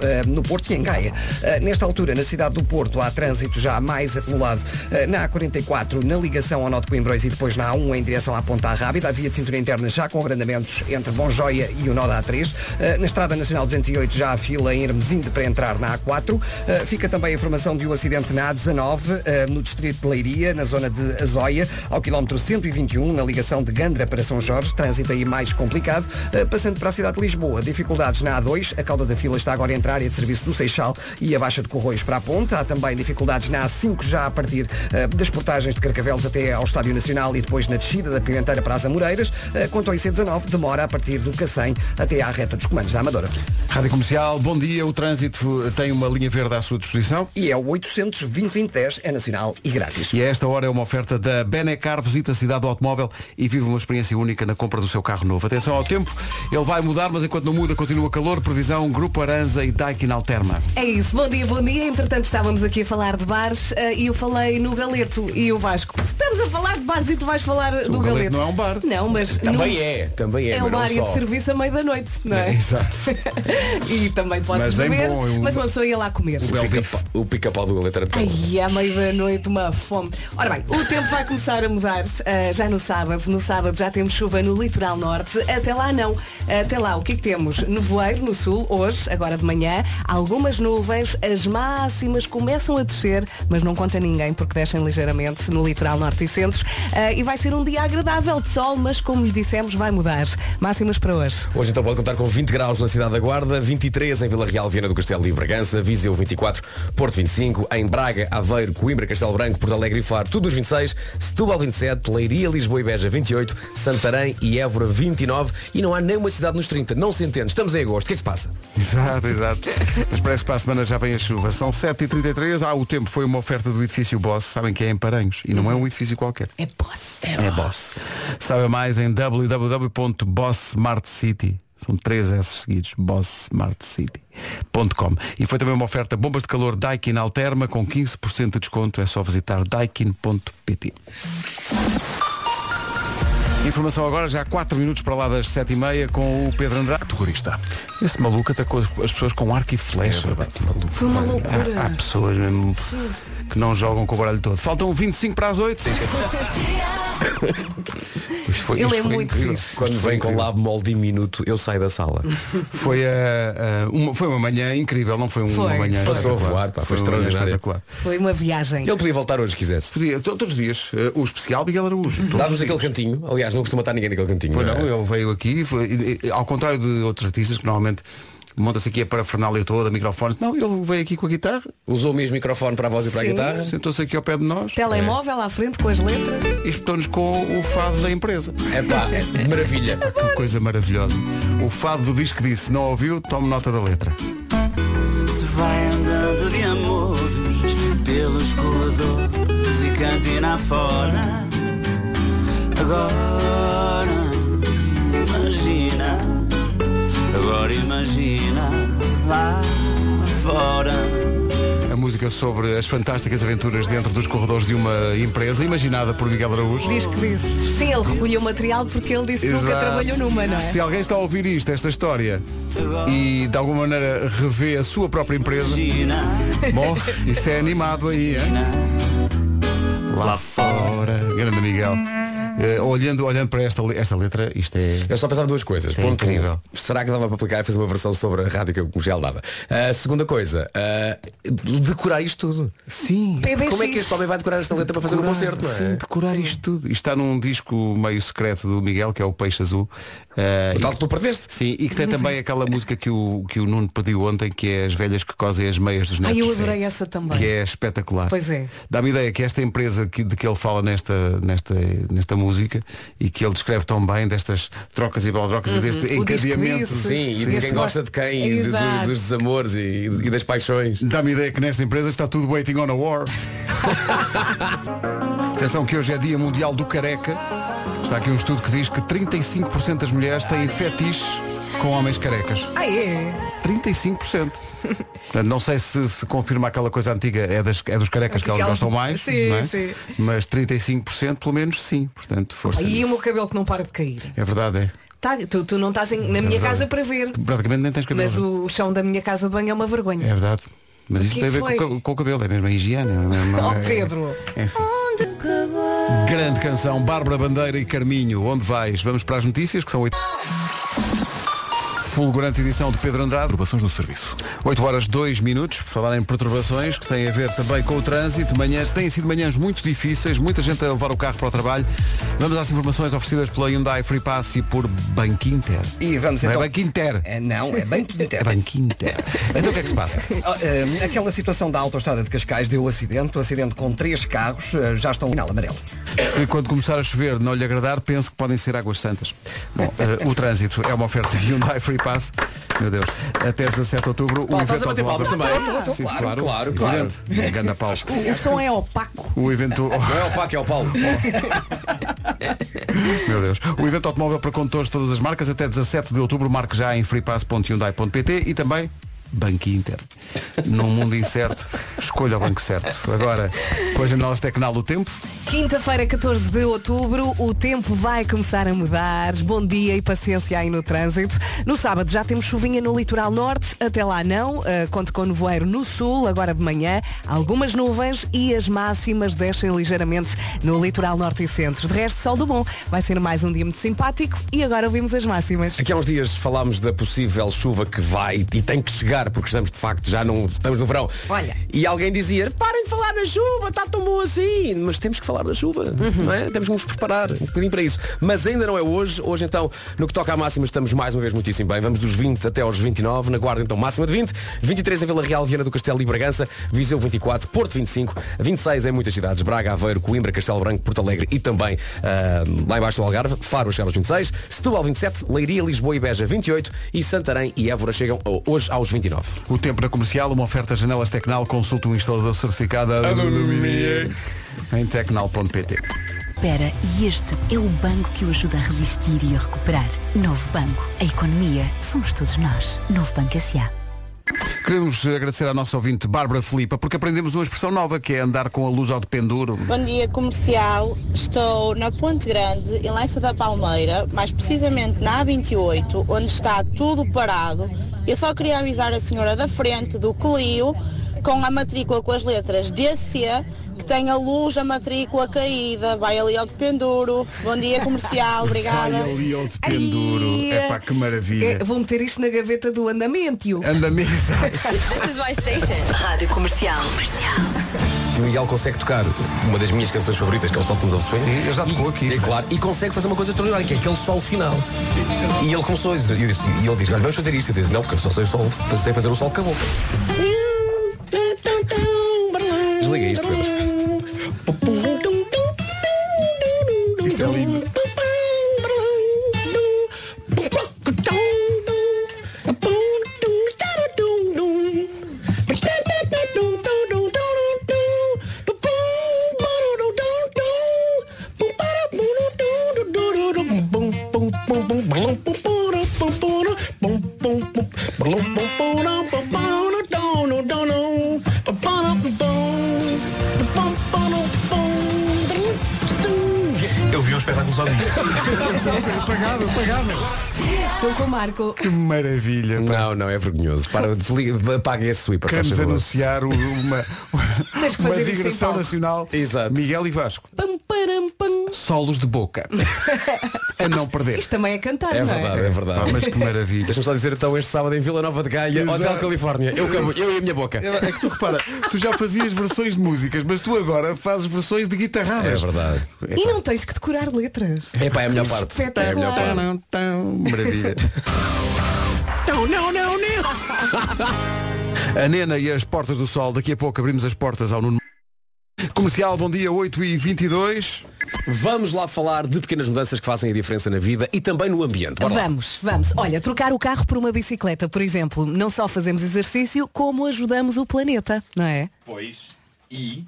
[SPEAKER 4] eh, no Porto e em Gaia. Eh, nesta altura, na cidade do Porto, há trânsito já mais acumulado eh, na A44, na ligação ao Nó de Coimbrões e depois na A1 em direção à Ponta Rábida. A via de cintura interna já com agrandamentos entre Bonjoia e o Nó da A3. Eh, na Estrada Nacional 208 já há fila em Hermesinde para entrar na A4. Eh, fica também a informação de um acidente na A19, eh, no distrito de Leiria, na zona de Azóia, ao quilómetro 121, na ligação de Gandra para São Jorge, trânsito aí mais complicado, eh, passando para a cidade de Lisboa. Dificuldades na A2, a cauda da fila está agora entre a área de serviço do Seixal e a Baixa de Corroios para a Ponte. Há também dificuldades na A5, já a partir eh, das portagens de Carcavelos até ao Estádio Nacional e depois na descida da Pimenteira para as Amoreiras. Eh, Quanto ao IC19, demora a partir do Cacém até à reta dos comandos da Amadora.
[SPEAKER 1] Rádio Comercial, bom dia. O trânsito tem uma linha verde à sua disposição.
[SPEAKER 4] E é o 800 é nacional e grátis.
[SPEAKER 1] E a esta hora é uma oferta da Benecar. Visita a cidade do automóvel e vive uma experiência única na compra do seu carro novo. Atenção ao tempo, ele vai mudar, mas enquanto não muda, continua calor. Previsão Grupo Aranza e Daikin Alterma.
[SPEAKER 3] É isso, bom dia, bom dia. Entretanto, estávamos aqui a falar de bares eh, e eu falei no Galeto e o Vasco. Estamos a falar de bares e tu vais falar do
[SPEAKER 1] Galeto
[SPEAKER 3] Galeto.
[SPEAKER 1] não é um bar.
[SPEAKER 3] Não, mas.
[SPEAKER 7] Também
[SPEAKER 3] no-
[SPEAKER 7] é, também é,
[SPEAKER 3] É
[SPEAKER 7] mas
[SPEAKER 3] uma
[SPEAKER 7] não
[SPEAKER 3] área de
[SPEAKER 7] só.
[SPEAKER 3] serviço à meia da noite, não é?
[SPEAKER 1] Exato.
[SPEAKER 3] e também podes
[SPEAKER 1] Mas em
[SPEAKER 3] beber,
[SPEAKER 1] bom, eu-
[SPEAKER 3] mas uma pessoa ia lá comer.
[SPEAKER 7] O pica-pau- O pica-pau do Galeta era pelo.
[SPEAKER 3] É Ai, à meia-noite, uma fome. Ora bem, o tempo vai começar a mudar ah, já no sábado. No sábado já temos chuva no litoral norte. Até lá não. Até lá, o que é que temos? Nevoeiro no sul, hoje, agora de manhã. Algumas nuvens, as máximas começam a descer, mas não conta ninguém porque descem ligeiramente no litoral norte e centros. Ah, e vai ser um dia agradável de sol, mas como lhe dissemos, vai mudar. Máximas para hoje.
[SPEAKER 7] Hoje então pode contar com 20 graus na cidade da Guarda, 23 em Vila Real, Viana do Castelo e Bragança, Viseu 24, Porto 25, em Braga, Aveiro, Coimbra, Castelo Branco, Porto Alegre e Faro, tudo os 26, Setúbal 27, Leiria, Lisboa e Beja 28, Santarém e Évora 29 e não há nenhuma cidade nos 30, não se entende, estamos em agosto, o que é que se passa?
[SPEAKER 1] Exato, exato. Mas parece que para a semana já vem a chuva. São 7h33. Ah, o tempo foi uma oferta do edifício Boss. Sabem que é em Paranhos. E não é um edifício qualquer.
[SPEAKER 3] É posse.
[SPEAKER 1] É Boss. Saiba mais em www.bosssmartcity. São três S seguidos. bosssmartcity.com E foi também uma oferta bombas de calor Daikin Alterma com 15% de desconto. É só visitar daikin.pt. Informação agora, já 4 minutos para lá das 7h30 com o Pedro Andrade, terrorista. Esse maluco atacou as as pessoas com arco e flecha.
[SPEAKER 3] Foi uma loucura.
[SPEAKER 1] É Há, há pessoas mesmo que não jogam com o baralho todo. Faltam 25 para as 8. Isto foi-
[SPEAKER 3] Ele
[SPEAKER 1] isto
[SPEAKER 3] é
[SPEAKER 1] foi
[SPEAKER 3] muito
[SPEAKER 1] incrível.
[SPEAKER 3] fixe.
[SPEAKER 7] Quando vem com lábio mol diminuto, eu saio da sala.
[SPEAKER 1] Foi, a, a- uma, foi uma manhã incrível, não foi, um-
[SPEAKER 3] Foi.
[SPEAKER 1] uma manhã.
[SPEAKER 7] Passou a
[SPEAKER 1] espetacular.
[SPEAKER 7] voar, pá, foi
[SPEAKER 1] uma manhã
[SPEAKER 7] extraordinário.
[SPEAKER 1] espetacular.
[SPEAKER 3] Foi uma viagem.
[SPEAKER 7] Ele podia voltar hoje, se quisesse.
[SPEAKER 1] Podia, to- todos os dias, eh, o especial Miguel Araújo. todos
[SPEAKER 7] Dá-nos
[SPEAKER 1] os
[SPEAKER 7] aquele
[SPEAKER 1] dias.
[SPEAKER 7] cantinho, aliás, não costuma estar ninguém naquele cantinho.
[SPEAKER 1] Pois
[SPEAKER 7] não é?
[SPEAKER 1] não, ele veio aqui, foi- e- e- ao contrário de outros artistas que normalmente monta-se aqui a parafernália toda, microfones. Não, ele veio aqui com a guitarra,
[SPEAKER 7] Usou o mesmo microfone para a voz e para a
[SPEAKER 3] Sim.
[SPEAKER 7] guitarra.
[SPEAKER 1] sentou-se aqui ao pé de nós
[SPEAKER 3] Telemóvel à frente com as letras.
[SPEAKER 1] e espetou-nos com o fado da empresa.
[SPEAKER 7] É pá, maravilha.
[SPEAKER 1] Que coisa maravilhosa. O fado do disco disse, não ouviu, tome nota da letra.
[SPEAKER 6] Se vai andando de amores pelos corredores e cantina fora. Agora imagina, agora imagina lá fora.
[SPEAKER 1] A música sobre as fantásticas aventuras dentro dos corredores de uma empresa, imaginada por Miguel Araújo.
[SPEAKER 3] Diz que disse. Sim, ele recolheu material porque ele disse que nunca
[SPEAKER 1] Exato.
[SPEAKER 3] trabalhou numa, não é?
[SPEAKER 1] Se alguém está a ouvir isto, esta história, e de alguma maneira revê a sua própria empresa, bom, isso é animado aí, hein? Lá fora, grande Miguel. Eh, olhando, olhando para esta, le- esta letra, isto é.
[SPEAKER 7] Eu só pensava duas coisas.
[SPEAKER 1] É
[SPEAKER 7] Ponto
[SPEAKER 1] incrível.
[SPEAKER 7] um, será que dava para aplicar e fazer uma versão sobre a rádio que eu comercial dava? A segunda coisa, ah, decorar isto tudo.
[SPEAKER 1] Sim,
[SPEAKER 3] PBX.
[SPEAKER 7] Como é que este homem vai decorar esta letra para fazer um concerto, não é?
[SPEAKER 1] Sim, decorar isto tudo. Isto está num disco meio secreto do Miguel, que é o Peixe Azul. Eh,
[SPEAKER 7] O
[SPEAKER 1] e-
[SPEAKER 7] tal que tu perdeste.
[SPEAKER 1] Sim, e que tem também aquela música que o, que o Nuno pediu ontem, que é As Velhas que Cosem as Meias dos Netos.
[SPEAKER 3] Ai, eu adorei essa também.
[SPEAKER 1] Que é espetacular.
[SPEAKER 3] Pois é.
[SPEAKER 1] Dá-me ideia que esta empresa que, de que ele fala nesta, nesta, nesta música e que ele descreve tão bem, destas trocas e baldrocas
[SPEAKER 7] Uhum.
[SPEAKER 1] e deste
[SPEAKER 3] O disco
[SPEAKER 1] encadeamento.
[SPEAKER 3] disso.
[SPEAKER 7] Sim, e
[SPEAKER 3] Sim.
[SPEAKER 7] de quem gosta de quem, e de- de-
[SPEAKER 3] Exato.
[SPEAKER 7] dos desamores e, e das paixões.
[SPEAKER 1] Dá-me ideia que nesta empresa está tudo waiting on a war. Atenção que hoje é dia mundial do careca. Está aqui um estudo que diz que 35% das mulheres têm fetiches com homens carecas.
[SPEAKER 3] Ah, é?
[SPEAKER 1] 35%. Portanto, não sei se, se confirma aquela coisa antiga, é, das, é dos carecas que,
[SPEAKER 3] Que
[SPEAKER 1] elas
[SPEAKER 3] elas-
[SPEAKER 1] gostam mais,
[SPEAKER 3] Sim,
[SPEAKER 1] não é?
[SPEAKER 3] sim.
[SPEAKER 1] mas 35% pelo menos sim. Portanto, força.
[SPEAKER 3] E o meu
[SPEAKER 1] nisso.
[SPEAKER 3] cabelo que não para de cair.
[SPEAKER 1] É verdade, é.
[SPEAKER 3] Tá, tu, tu não estás em- na minha
[SPEAKER 1] verdade.
[SPEAKER 3] casa para ver.
[SPEAKER 1] Praticamente nem tens cabelo.
[SPEAKER 3] Mas o chão da minha casa de banho é uma
[SPEAKER 1] É
[SPEAKER 3] vergonha.
[SPEAKER 1] verdade. Mas isso
[SPEAKER 3] que
[SPEAKER 1] tem a ver
[SPEAKER 3] foi?
[SPEAKER 1] com, o cab- com o cabelo, é mesmo a higiene. é mesmo-
[SPEAKER 3] Oh,
[SPEAKER 1] é-
[SPEAKER 3] Pedro.
[SPEAKER 1] enfim. Grande canção, Bárbara Bandeira e Carminho, onde vais? Vamos para as notícias, que são oito. Fulgurante edição de Pedro Andrade.
[SPEAKER 9] Provações no serviço.
[SPEAKER 1] 8 horas 2 minutos, por falar em perturbações que têm a ver também com o trânsito, manhãs, têm sido manhãs muito difíceis, muita gente a levar o carro para o trabalho. Vamos às informações oferecidas pela Hyundai Free Pass e por Banco Inter.
[SPEAKER 4] E vamos
[SPEAKER 1] Não é
[SPEAKER 4] então.
[SPEAKER 1] Banco Inter,
[SPEAKER 4] É, não, é bem
[SPEAKER 1] é
[SPEAKER 4] quinta.
[SPEAKER 1] Banco Inter. Então o que é que se passa?
[SPEAKER 4] Ah, ah, Aquela situação da autoestrada de Cascais deu acidente, o acidente com três carros, ah, já estão no final amarelo.
[SPEAKER 1] Se quando começar a chover não lhe agradar, pense que podem ser águas santas. Bom, eh, o trânsito é uma oferta de Hyundai Free Pass. Meu Deus. Até 17 de outubro,
[SPEAKER 7] Paulo,
[SPEAKER 1] o
[SPEAKER 7] estás
[SPEAKER 1] evento
[SPEAKER 7] a bater
[SPEAKER 1] automóvel-
[SPEAKER 7] palmas também?
[SPEAKER 1] Sim, sim,
[SPEAKER 7] Claro,
[SPEAKER 1] claro,
[SPEAKER 7] claro,
[SPEAKER 1] evidente. Ganda Paulo.
[SPEAKER 3] O som é opaco.
[SPEAKER 1] O evento...
[SPEAKER 7] Não é o Paco, é o Paulo.
[SPEAKER 1] Meu Deus. O evento automóvel para condutores de todas as marcas até 17 de outubro. Marque já em freepass.hyundai.pt e também Banco Inter. Num mundo incerto, escolha o banco certo. Agora, com as janelas Tecnal do Tempo,
[SPEAKER 3] Quinta-feira, 14 de outubro, o tempo vai começar a mudar. Bom dia e paciência aí no trânsito. No sábado já temos chuvinha no litoral norte, até lá não. Ah, conto com nevoeiro no sul, agora de manhã, algumas nuvens e as máximas descem ligeiramente no litoral norte e centro. De resto, sol do bom. Vai ser mais um dia muito simpático e agora ouvimos as máximas.
[SPEAKER 7] Aqui há uns dias falámos da possível chuva que vai e tem que chegar, porque estamos de facto já não estamos no verão.
[SPEAKER 3] Olha.
[SPEAKER 7] E alguém dizia, parem de falar da chuva, está tão bom assim. Mas temos que falar da chuva, não é? Temos que nos preparar um bocadinho para isso. Mas ainda não é hoje. Hoje então, no que toca à máxima, estamos mais uma vez muitíssimo bem. Vamos dos 20 até aos 29. Na guarda então máxima de 20. 23 em Vila Real, Viana do Castelo e Bragança. Viseu 24, Porto 25. 26 em muitas cidades. Braga, Aveiro, Coimbra, Castelo Branco, Porto Alegre e também ah, lá embaixo do Algarve. Faro a chegar aos 26. Setúbal 27. Leiria, Lisboa e Beja 28. E Santarém e Évora chegam oh, hoje aos 29.
[SPEAKER 1] o tempo na comercial, uma oferta janelas Tecnal, consulta um instalador certificado em tecnal.pt.
[SPEAKER 10] Espera, e este é o banco que o ajuda a resistir e a recuperar. Novo Banco. A economia somos todos nós. Novo Banco S.A.
[SPEAKER 1] Queremos agradecer à nossa ouvinte Bárbara Filipa porque aprendemos uma expressão nova que é andar com a luz ao dependuro.
[SPEAKER 11] Bom dia, comercial. Estou na Ponte Grande, em Lença da Palmeira, mais precisamente na A28, onde está tudo parado. Eu só queria avisar a senhora da frente do Clio, com a matrícula com as letras DC, que tem a luz, a matrícula caída. Vai ali ao dependuro. Bom dia, comercial. Obrigada.
[SPEAKER 1] Vai ali ao dependuro.
[SPEAKER 3] Ai,
[SPEAKER 1] É pá, que maravilha.
[SPEAKER 3] É, vou meter isto na gaveta do andamento. tio.
[SPEAKER 1] Andamento.
[SPEAKER 10] This is my station. Rádio Comercial. Comercial.
[SPEAKER 7] O Miguel consegue tocar uma das minhas canções favoritas, que é o Sol Nos Swing.
[SPEAKER 1] Sim, ele já tocou
[SPEAKER 7] e,
[SPEAKER 1] aqui.
[SPEAKER 7] É claro, e consegue fazer uma coisa extraordinária, que é aquele sol final. E ele começou a dizer, e eu disse, e ele diz, olha, vamos fazer isto. Eu disse, não, porque eu só sei, o sol, sei fazer o sol com a boca. Desliga isto, Pedro.
[SPEAKER 1] Isto é lindo.
[SPEAKER 9] Eu vi um espetáculo só disso.
[SPEAKER 1] Pagava, pagava.
[SPEAKER 3] Estou com o Marco.
[SPEAKER 1] Que maravilha. pá.
[SPEAKER 7] Não, não, é vergonhoso. Para, desliga, apaga esse sweeper. faz
[SPEAKER 1] Queremos
[SPEAKER 7] favor.
[SPEAKER 1] anunciar o- uma,
[SPEAKER 3] Tens que
[SPEAKER 1] uma
[SPEAKER 3] fazer isto em
[SPEAKER 1] digressão
[SPEAKER 3] palco.
[SPEAKER 1] nacional.
[SPEAKER 7] Exato.
[SPEAKER 1] Miguel e Vasco.
[SPEAKER 3] Pam, param, pam.
[SPEAKER 1] Solos de boca. a não perder.
[SPEAKER 3] Isto também é cantar,
[SPEAKER 7] É
[SPEAKER 3] não
[SPEAKER 7] verdade, é
[SPEAKER 1] Pá,
[SPEAKER 7] verdade.
[SPEAKER 1] mas que maravilha.
[SPEAKER 7] Deixa-me só dizer, então, este sábado em Vila Nova de Gaia,
[SPEAKER 1] Exato.
[SPEAKER 7] Hotel Califórnia. Eu, acabo- eu e a minha boca.
[SPEAKER 1] É que tu repara, tu já fazias versões de músicas, mas tu agora fazes versões de
[SPEAKER 7] É
[SPEAKER 1] guitarradas.
[SPEAKER 7] verdade.
[SPEAKER 3] E não tens que decorar letras.
[SPEAKER 7] É pá, é a melhor parte. É a melhor parte.
[SPEAKER 1] Tão, tão, maravilha.
[SPEAKER 7] Não, não, não, não.
[SPEAKER 1] A Nena e as Portas do Sol. Daqui a pouco abrimos as portas ao Nuno. Comercial, bom dia, 8 e 22
[SPEAKER 7] Vamos lá falar de pequenas mudanças que fazem a diferença na vida e também no ambiente. Bora lá.
[SPEAKER 3] Vamos, vamos. Olha, trocar o carro por uma bicicleta, por exemplo, não só fazemos exercício, como ajudamos o planeta, não é?
[SPEAKER 9] Pois. E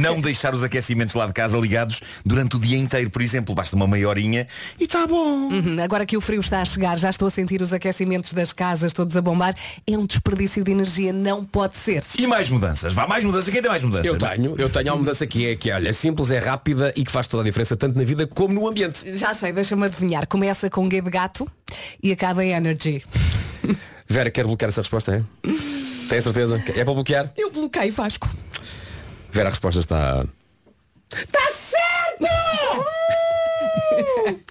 [SPEAKER 9] não deixar os aquecimentos lá de casa ligados durante o dia inteiro, por exemplo. Basta uma meia horinha e tá. está bom.
[SPEAKER 3] Uhum, Agora que o frio está a chegar, já estou a sentir os aquecimentos das casas todos a bombar. É um desperdício de energia, não pode ser.
[SPEAKER 9] E mais mudanças. Vá, mais mudanças. Quem tem mais mudanças?
[SPEAKER 7] Eu tenho, eu tenho uma mudança que é que olha, é simples, é rápida e que faz toda a diferença tanto na vida como no ambiente.
[SPEAKER 3] Já sei, deixa-me adivinhar. Começa com G de gato e acaba em energy.
[SPEAKER 7] Vera, quer bloquear essa resposta, é? Tem a certeza? É para bloquear?
[SPEAKER 3] Eu bloqueio Vasco.
[SPEAKER 7] Vera, a resposta está. Tá
[SPEAKER 3] Está certo!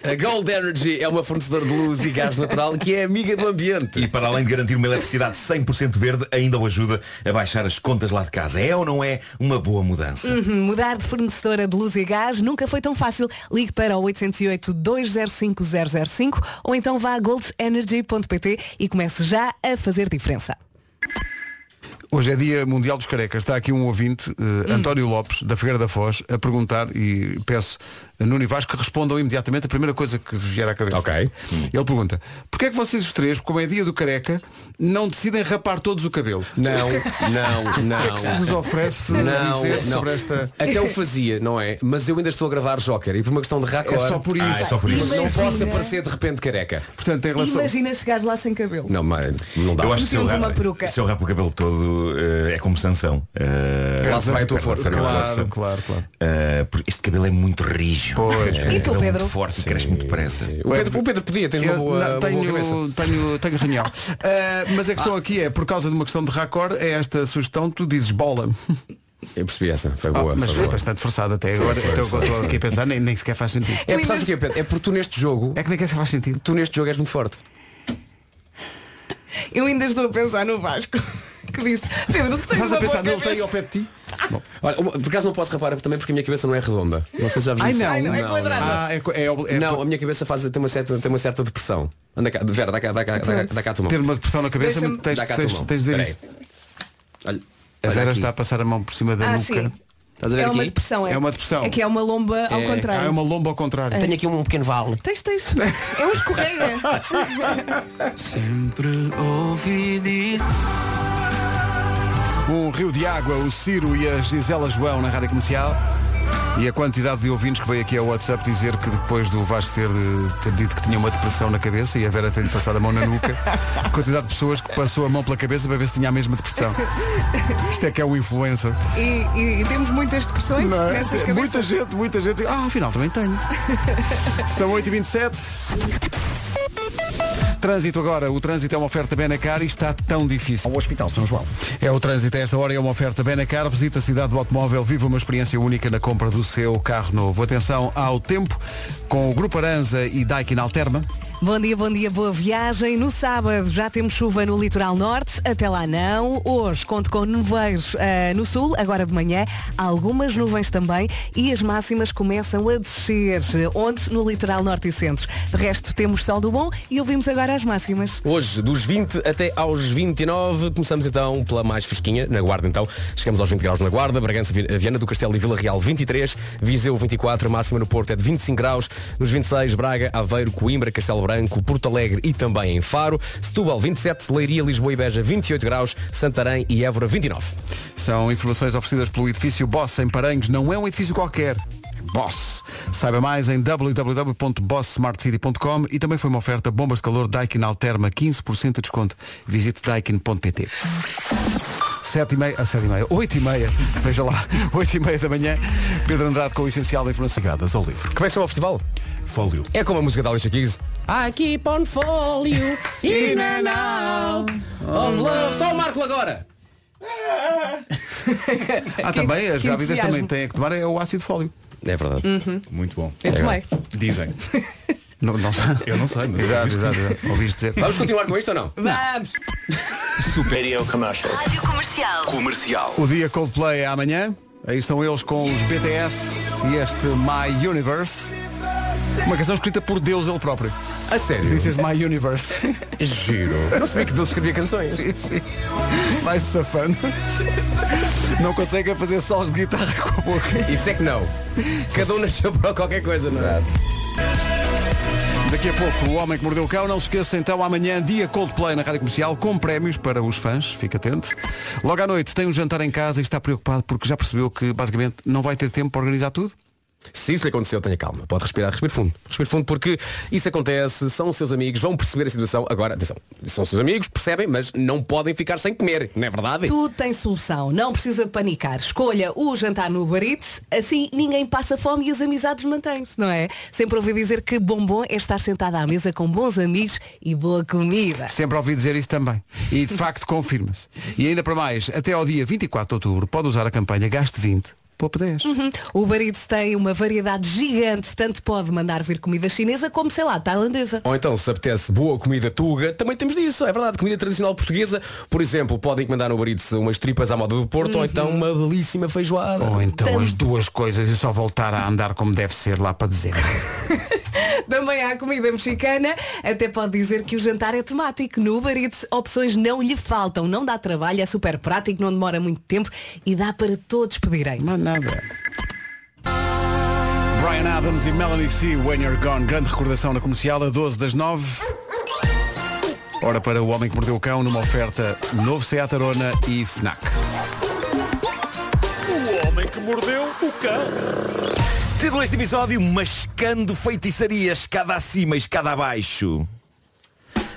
[SPEAKER 7] A Gold Energy é uma fornecedora de luz e gás natural que é amiga do ambiente.
[SPEAKER 9] E para além de garantir uma eletricidade 100% verde, ainda o ajuda a baixar as contas lá de casa. É ou não é uma boa mudança?
[SPEAKER 3] Uhum, mudar de fornecedora de luz e gás nunca foi tão fácil. Ligue para o 808-205-005 ou então vá a goldenergy.pt e comece já a fazer diferença.
[SPEAKER 1] Hoje é dia mundial dos carecas. Está aqui um ouvinte, eh,
[SPEAKER 7] Hum.
[SPEAKER 1] António Lopes, da Figueira da Foz, a perguntar e peço a Nuno e Vasco que respondam imediatamente a primeira coisa que vos vier à cabeça. Ok. Ele pergunta, porquê é que vocês os três, como é dia do careca, não decidem rapar todos o cabelo?
[SPEAKER 7] Não, não, não.
[SPEAKER 1] O que é que se vos oferece
[SPEAKER 7] não,
[SPEAKER 1] dizer
[SPEAKER 7] não.
[SPEAKER 1] sobre esta...
[SPEAKER 7] Até o fazia, não é? Mas eu ainda estou a gravar Joker e por uma questão de raccord.
[SPEAKER 1] É só por isso.
[SPEAKER 7] Ah, é só por isso.
[SPEAKER 3] Imagina.
[SPEAKER 7] Não posso aparecer de repente careca.
[SPEAKER 1] Portanto, em relação...
[SPEAKER 3] Imagina chegares lá sem cabelo.
[SPEAKER 7] Não, mas não dá.
[SPEAKER 9] Eu acho que se eu,
[SPEAKER 3] Metemos uma
[SPEAKER 9] rapo,
[SPEAKER 3] peruca.
[SPEAKER 9] se eu rapo o cabelo todo eh, é como Eh, sanção.
[SPEAKER 7] Lá se vai a tua força, não é?
[SPEAKER 1] Claro, claro, claro.
[SPEAKER 9] porque este cabelo é muito rijo.
[SPEAKER 1] Pois.
[SPEAKER 9] É,
[SPEAKER 3] E tu,
[SPEAKER 9] é
[SPEAKER 3] Pedro?
[SPEAKER 9] Muito forte e cresce muito depressa.
[SPEAKER 7] O Pedro, o Pedro podia, tens uma
[SPEAKER 1] Eu
[SPEAKER 7] boa,
[SPEAKER 1] não,
[SPEAKER 7] uma boa cabeça.
[SPEAKER 1] tenho, tenho, tenho reunião. Ah, mas a questão aqui é, por causa de uma questão de raccord, é esta sugestão, tu dizes bola.
[SPEAKER 7] Eu percebi essa, foi
[SPEAKER 1] Ah,
[SPEAKER 7] boa.
[SPEAKER 1] mas
[SPEAKER 7] foi
[SPEAKER 1] foi
[SPEAKER 7] boa.
[SPEAKER 1] bastante forçado até agora.
[SPEAKER 7] foi,
[SPEAKER 1] então
[SPEAKER 7] foi,
[SPEAKER 1] eu estou aqui a pensar, nem, nem sequer faz sentido.
[SPEAKER 7] É, sabes o que é, Pedro? É porque tu neste jogo,
[SPEAKER 1] É que nem que faz sentido.
[SPEAKER 7] tu neste jogo és muito forte.
[SPEAKER 3] Eu ainda estou a pensar no Vasco. Que disse, Pedro, tu tens
[SPEAKER 1] Estás a
[SPEAKER 3] uma boa
[SPEAKER 1] pensar, não
[SPEAKER 3] cabeça.
[SPEAKER 1] tem ao pé de ti?
[SPEAKER 7] Ah, Olha, uma- por acaso não posso rapar também porque a minha cabeça não é redonda. Não sei se já vos
[SPEAKER 1] Ai,
[SPEAKER 7] disse.
[SPEAKER 1] não.
[SPEAKER 3] Ai, não, é quadrada.
[SPEAKER 1] Ah, é, co- é, obli- é
[SPEAKER 7] Não, a minha cabeça faz, tem, uma certa, tem uma certa depressão. Anda cá, Vera, dá cá, dá cá, dá cá, dá cá a tua mão.
[SPEAKER 1] por ter uma depressão na cabeça,
[SPEAKER 3] Deixa-me-
[SPEAKER 1] mas tens,
[SPEAKER 7] dá cá a
[SPEAKER 1] tens,
[SPEAKER 7] tua mão.
[SPEAKER 1] tens de ver
[SPEAKER 7] Espera
[SPEAKER 1] isso.
[SPEAKER 7] Olha,
[SPEAKER 1] A
[SPEAKER 7] olha
[SPEAKER 1] Vera
[SPEAKER 7] aqui.
[SPEAKER 1] está a passar a mão por cima da
[SPEAKER 3] Ah,
[SPEAKER 1] nuca.
[SPEAKER 3] sim.
[SPEAKER 7] Estás a ver
[SPEAKER 3] É
[SPEAKER 7] aqui?
[SPEAKER 3] uma depressão, é.
[SPEAKER 1] É uma depressão.
[SPEAKER 3] É que é uma lomba ao
[SPEAKER 7] É.
[SPEAKER 1] Ah,
[SPEAKER 3] contrário.
[SPEAKER 1] é uma lomba ao contrário.
[SPEAKER 7] Tenho aqui um pequeno vale.
[SPEAKER 3] Tens, tens. É um escorrega.
[SPEAKER 6] Sempre ouvi dizer
[SPEAKER 1] Um rio de água, o Ciro e a Gisela João na Rádio Comercial. E a quantidade de ouvintes que veio aqui ao WhatsApp dizer que depois do Vasco ter, eh, ter dito que tinha uma depressão na cabeça e a Vera ter-lhe passado a mão na nuca, a quantidade de pessoas que passou a mão pela cabeça para ver se tinha a mesma depressão. Isto é que é um influencer.
[SPEAKER 3] E, e- e temos muitas depressões
[SPEAKER 1] Não é?
[SPEAKER 3] nessas cabeças.
[SPEAKER 1] Muita gente, muita gente. Ah, afinal também tenho. São 8h27. Trânsito agora, o trânsito é uma oferta Benacar e está tão difícil.
[SPEAKER 4] Ao Hospital São João.
[SPEAKER 1] É o trânsito a esta hora, é uma oferta Benacar. Visita a cidade do automóvel, viva uma experiência única na compra do seu carro novo. Atenção ao tempo, com o Grupo Aranza e Daikin Alterma.
[SPEAKER 3] Bom dia, bom dia, boa viagem. No sábado já temos chuva no litoral norte, até lá não. Hoje conto com nuvens ah, no sul, agora de manhã, algumas nuvens também e as máximas começam a descer, onde no litoral norte e centro. De resto temos sol do bom e ouvimos agora as máximas.
[SPEAKER 7] Hoje, dos 20 até aos 29, começamos então pela mais fresquinha, na Guarda então. Chegamos aos 20 graus na Guarda, Bragança, Vi- eh, Viana do Castelo e Vila Real 23, Viseu 24, a máxima no Porto é de 25 graus, nos 26 Braga, Aveiro, Coimbra, Castelo Branco, Porto Alegre e também em Faro, Setúbal 27, Leiria, Lisboa e Beja 28 graus, Santarém e Évora 29.
[SPEAKER 1] São informações oferecidas pelo edifício Boss em Paranhos. Não é um edifício qualquer. é Boss. Saiba mais em www.bosssmartcity.com e também foi uma oferta bombas de calor Daikin Alterma 15% de desconto. Visite daikin.pt. 7 e meia, ah, 7 e meia, 8 e meia, veja lá, 8 e meia da manhã, Pedro Andrade com o essencial da informação. Chegadas ao livro.
[SPEAKER 7] Como é que chama o festival?
[SPEAKER 9] Fólio.
[SPEAKER 7] É como a música da Alicia Keys. I keep on folio in and out of love. Só o Marco agora.
[SPEAKER 1] Ah, também, as
[SPEAKER 3] que
[SPEAKER 1] grávidas
[SPEAKER 3] entusiasmo.
[SPEAKER 1] também têm que tomar é o ácido fólio.
[SPEAKER 7] É verdade. É
[SPEAKER 9] Muito bom.
[SPEAKER 3] Eu tomei.
[SPEAKER 9] Dizem.
[SPEAKER 1] Não, não sei.
[SPEAKER 9] Eu não sei, mas
[SPEAKER 1] Exato, exato, exato. Ouviste dizer.
[SPEAKER 7] Vamos continuar com isto ou não?
[SPEAKER 3] Vamos!
[SPEAKER 10] Rádio Comercial.
[SPEAKER 1] O dia Coldplay é amanhã. Aí estão eles com os BTS e este My Universe. Uma canção escrita por Deus ele próprio.
[SPEAKER 7] A sério.
[SPEAKER 1] This is My Universe.
[SPEAKER 7] Giro. Não sabia que Deus escrevia canções.
[SPEAKER 1] Sim, sim. Vai-se safando. Não consegue fazer solos de guitarra com a boca.
[SPEAKER 7] Isso é que não. Cada um nasceu para qualquer coisa, não é?
[SPEAKER 1] Daqui a pouco, o Homem que Mordeu o Cão. Não se esqueça, então, amanhã, dia Coldplay na Rádio Comercial, com prémios para os fãs. Fica atento. Logo à noite, tem um jantar em casa e está preocupado porque já percebeu que, basicamente, não vai ter tempo para organizar tudo?
[SPEAKER 7] Se isso lhe aconteceu, tenha calma. Pode respirar, respire fundo. Respire fundo porque isso acontece, são os seus amigos, vão perceber a situação. Agora, atenção, são os seus amigos, percebem, mas não podem ficar sem comer, não é verdade?
[SPEAKER 3] Tudo tem solução, não precisa de panicar. Escolha o jantar no Uber Eats, assim ninguém passa fome e as amizades mantêm-se, não é? Sempre ouvi dizer que bombom é estar sentada à mesa com bons amigos e boa comida.
[SPEAKER 1] Sempre ouvi dizer isso também. E de facto confirma-se. E ainda para mais, até ao dia 24 de outubro pode usar a campanha Gaste 20, poupe 10.
[SPEAKER 3] Uhum. O Uber Eats tem uma variedade gigante, tanto pode mandar vir comida chinesa como, sei lá, tailandesa.
[SPEAKER 7] Ou então, se apetece boa comida tuga, também temos disso, é verdade. Comida tradicional portuguesa, por exemplo, podem encomendar no Barito umas tripas à moda do Porto ou então uma belíssima feijoada.
[SPEAKER 1] Ou então as duas coisas e só voltar a andar como deve ser lá para dizer.
[SPEAKER 3] Também há comida mexicana, até pode dizer que o jantar é temático. No Uber Eats, opções não lhe faltam, não dá trabalho, é super prático, não demora muito tempo e dá para todos pedirem.
[SPEAKER 1] Mas nada. Brian Adams e Melanie C. When You're Gone. Grande recordação na comercial a 12 das 9. Ora para o Homem que Mordeu o Cão numa oferta novo Seat Arona e FNAC.
[SPEAKER 6] O homem que mordeu o cão.
[SPEAKER 9] Título deste episódio, Mascando Feitiçaria, escada acima e escada abaixo.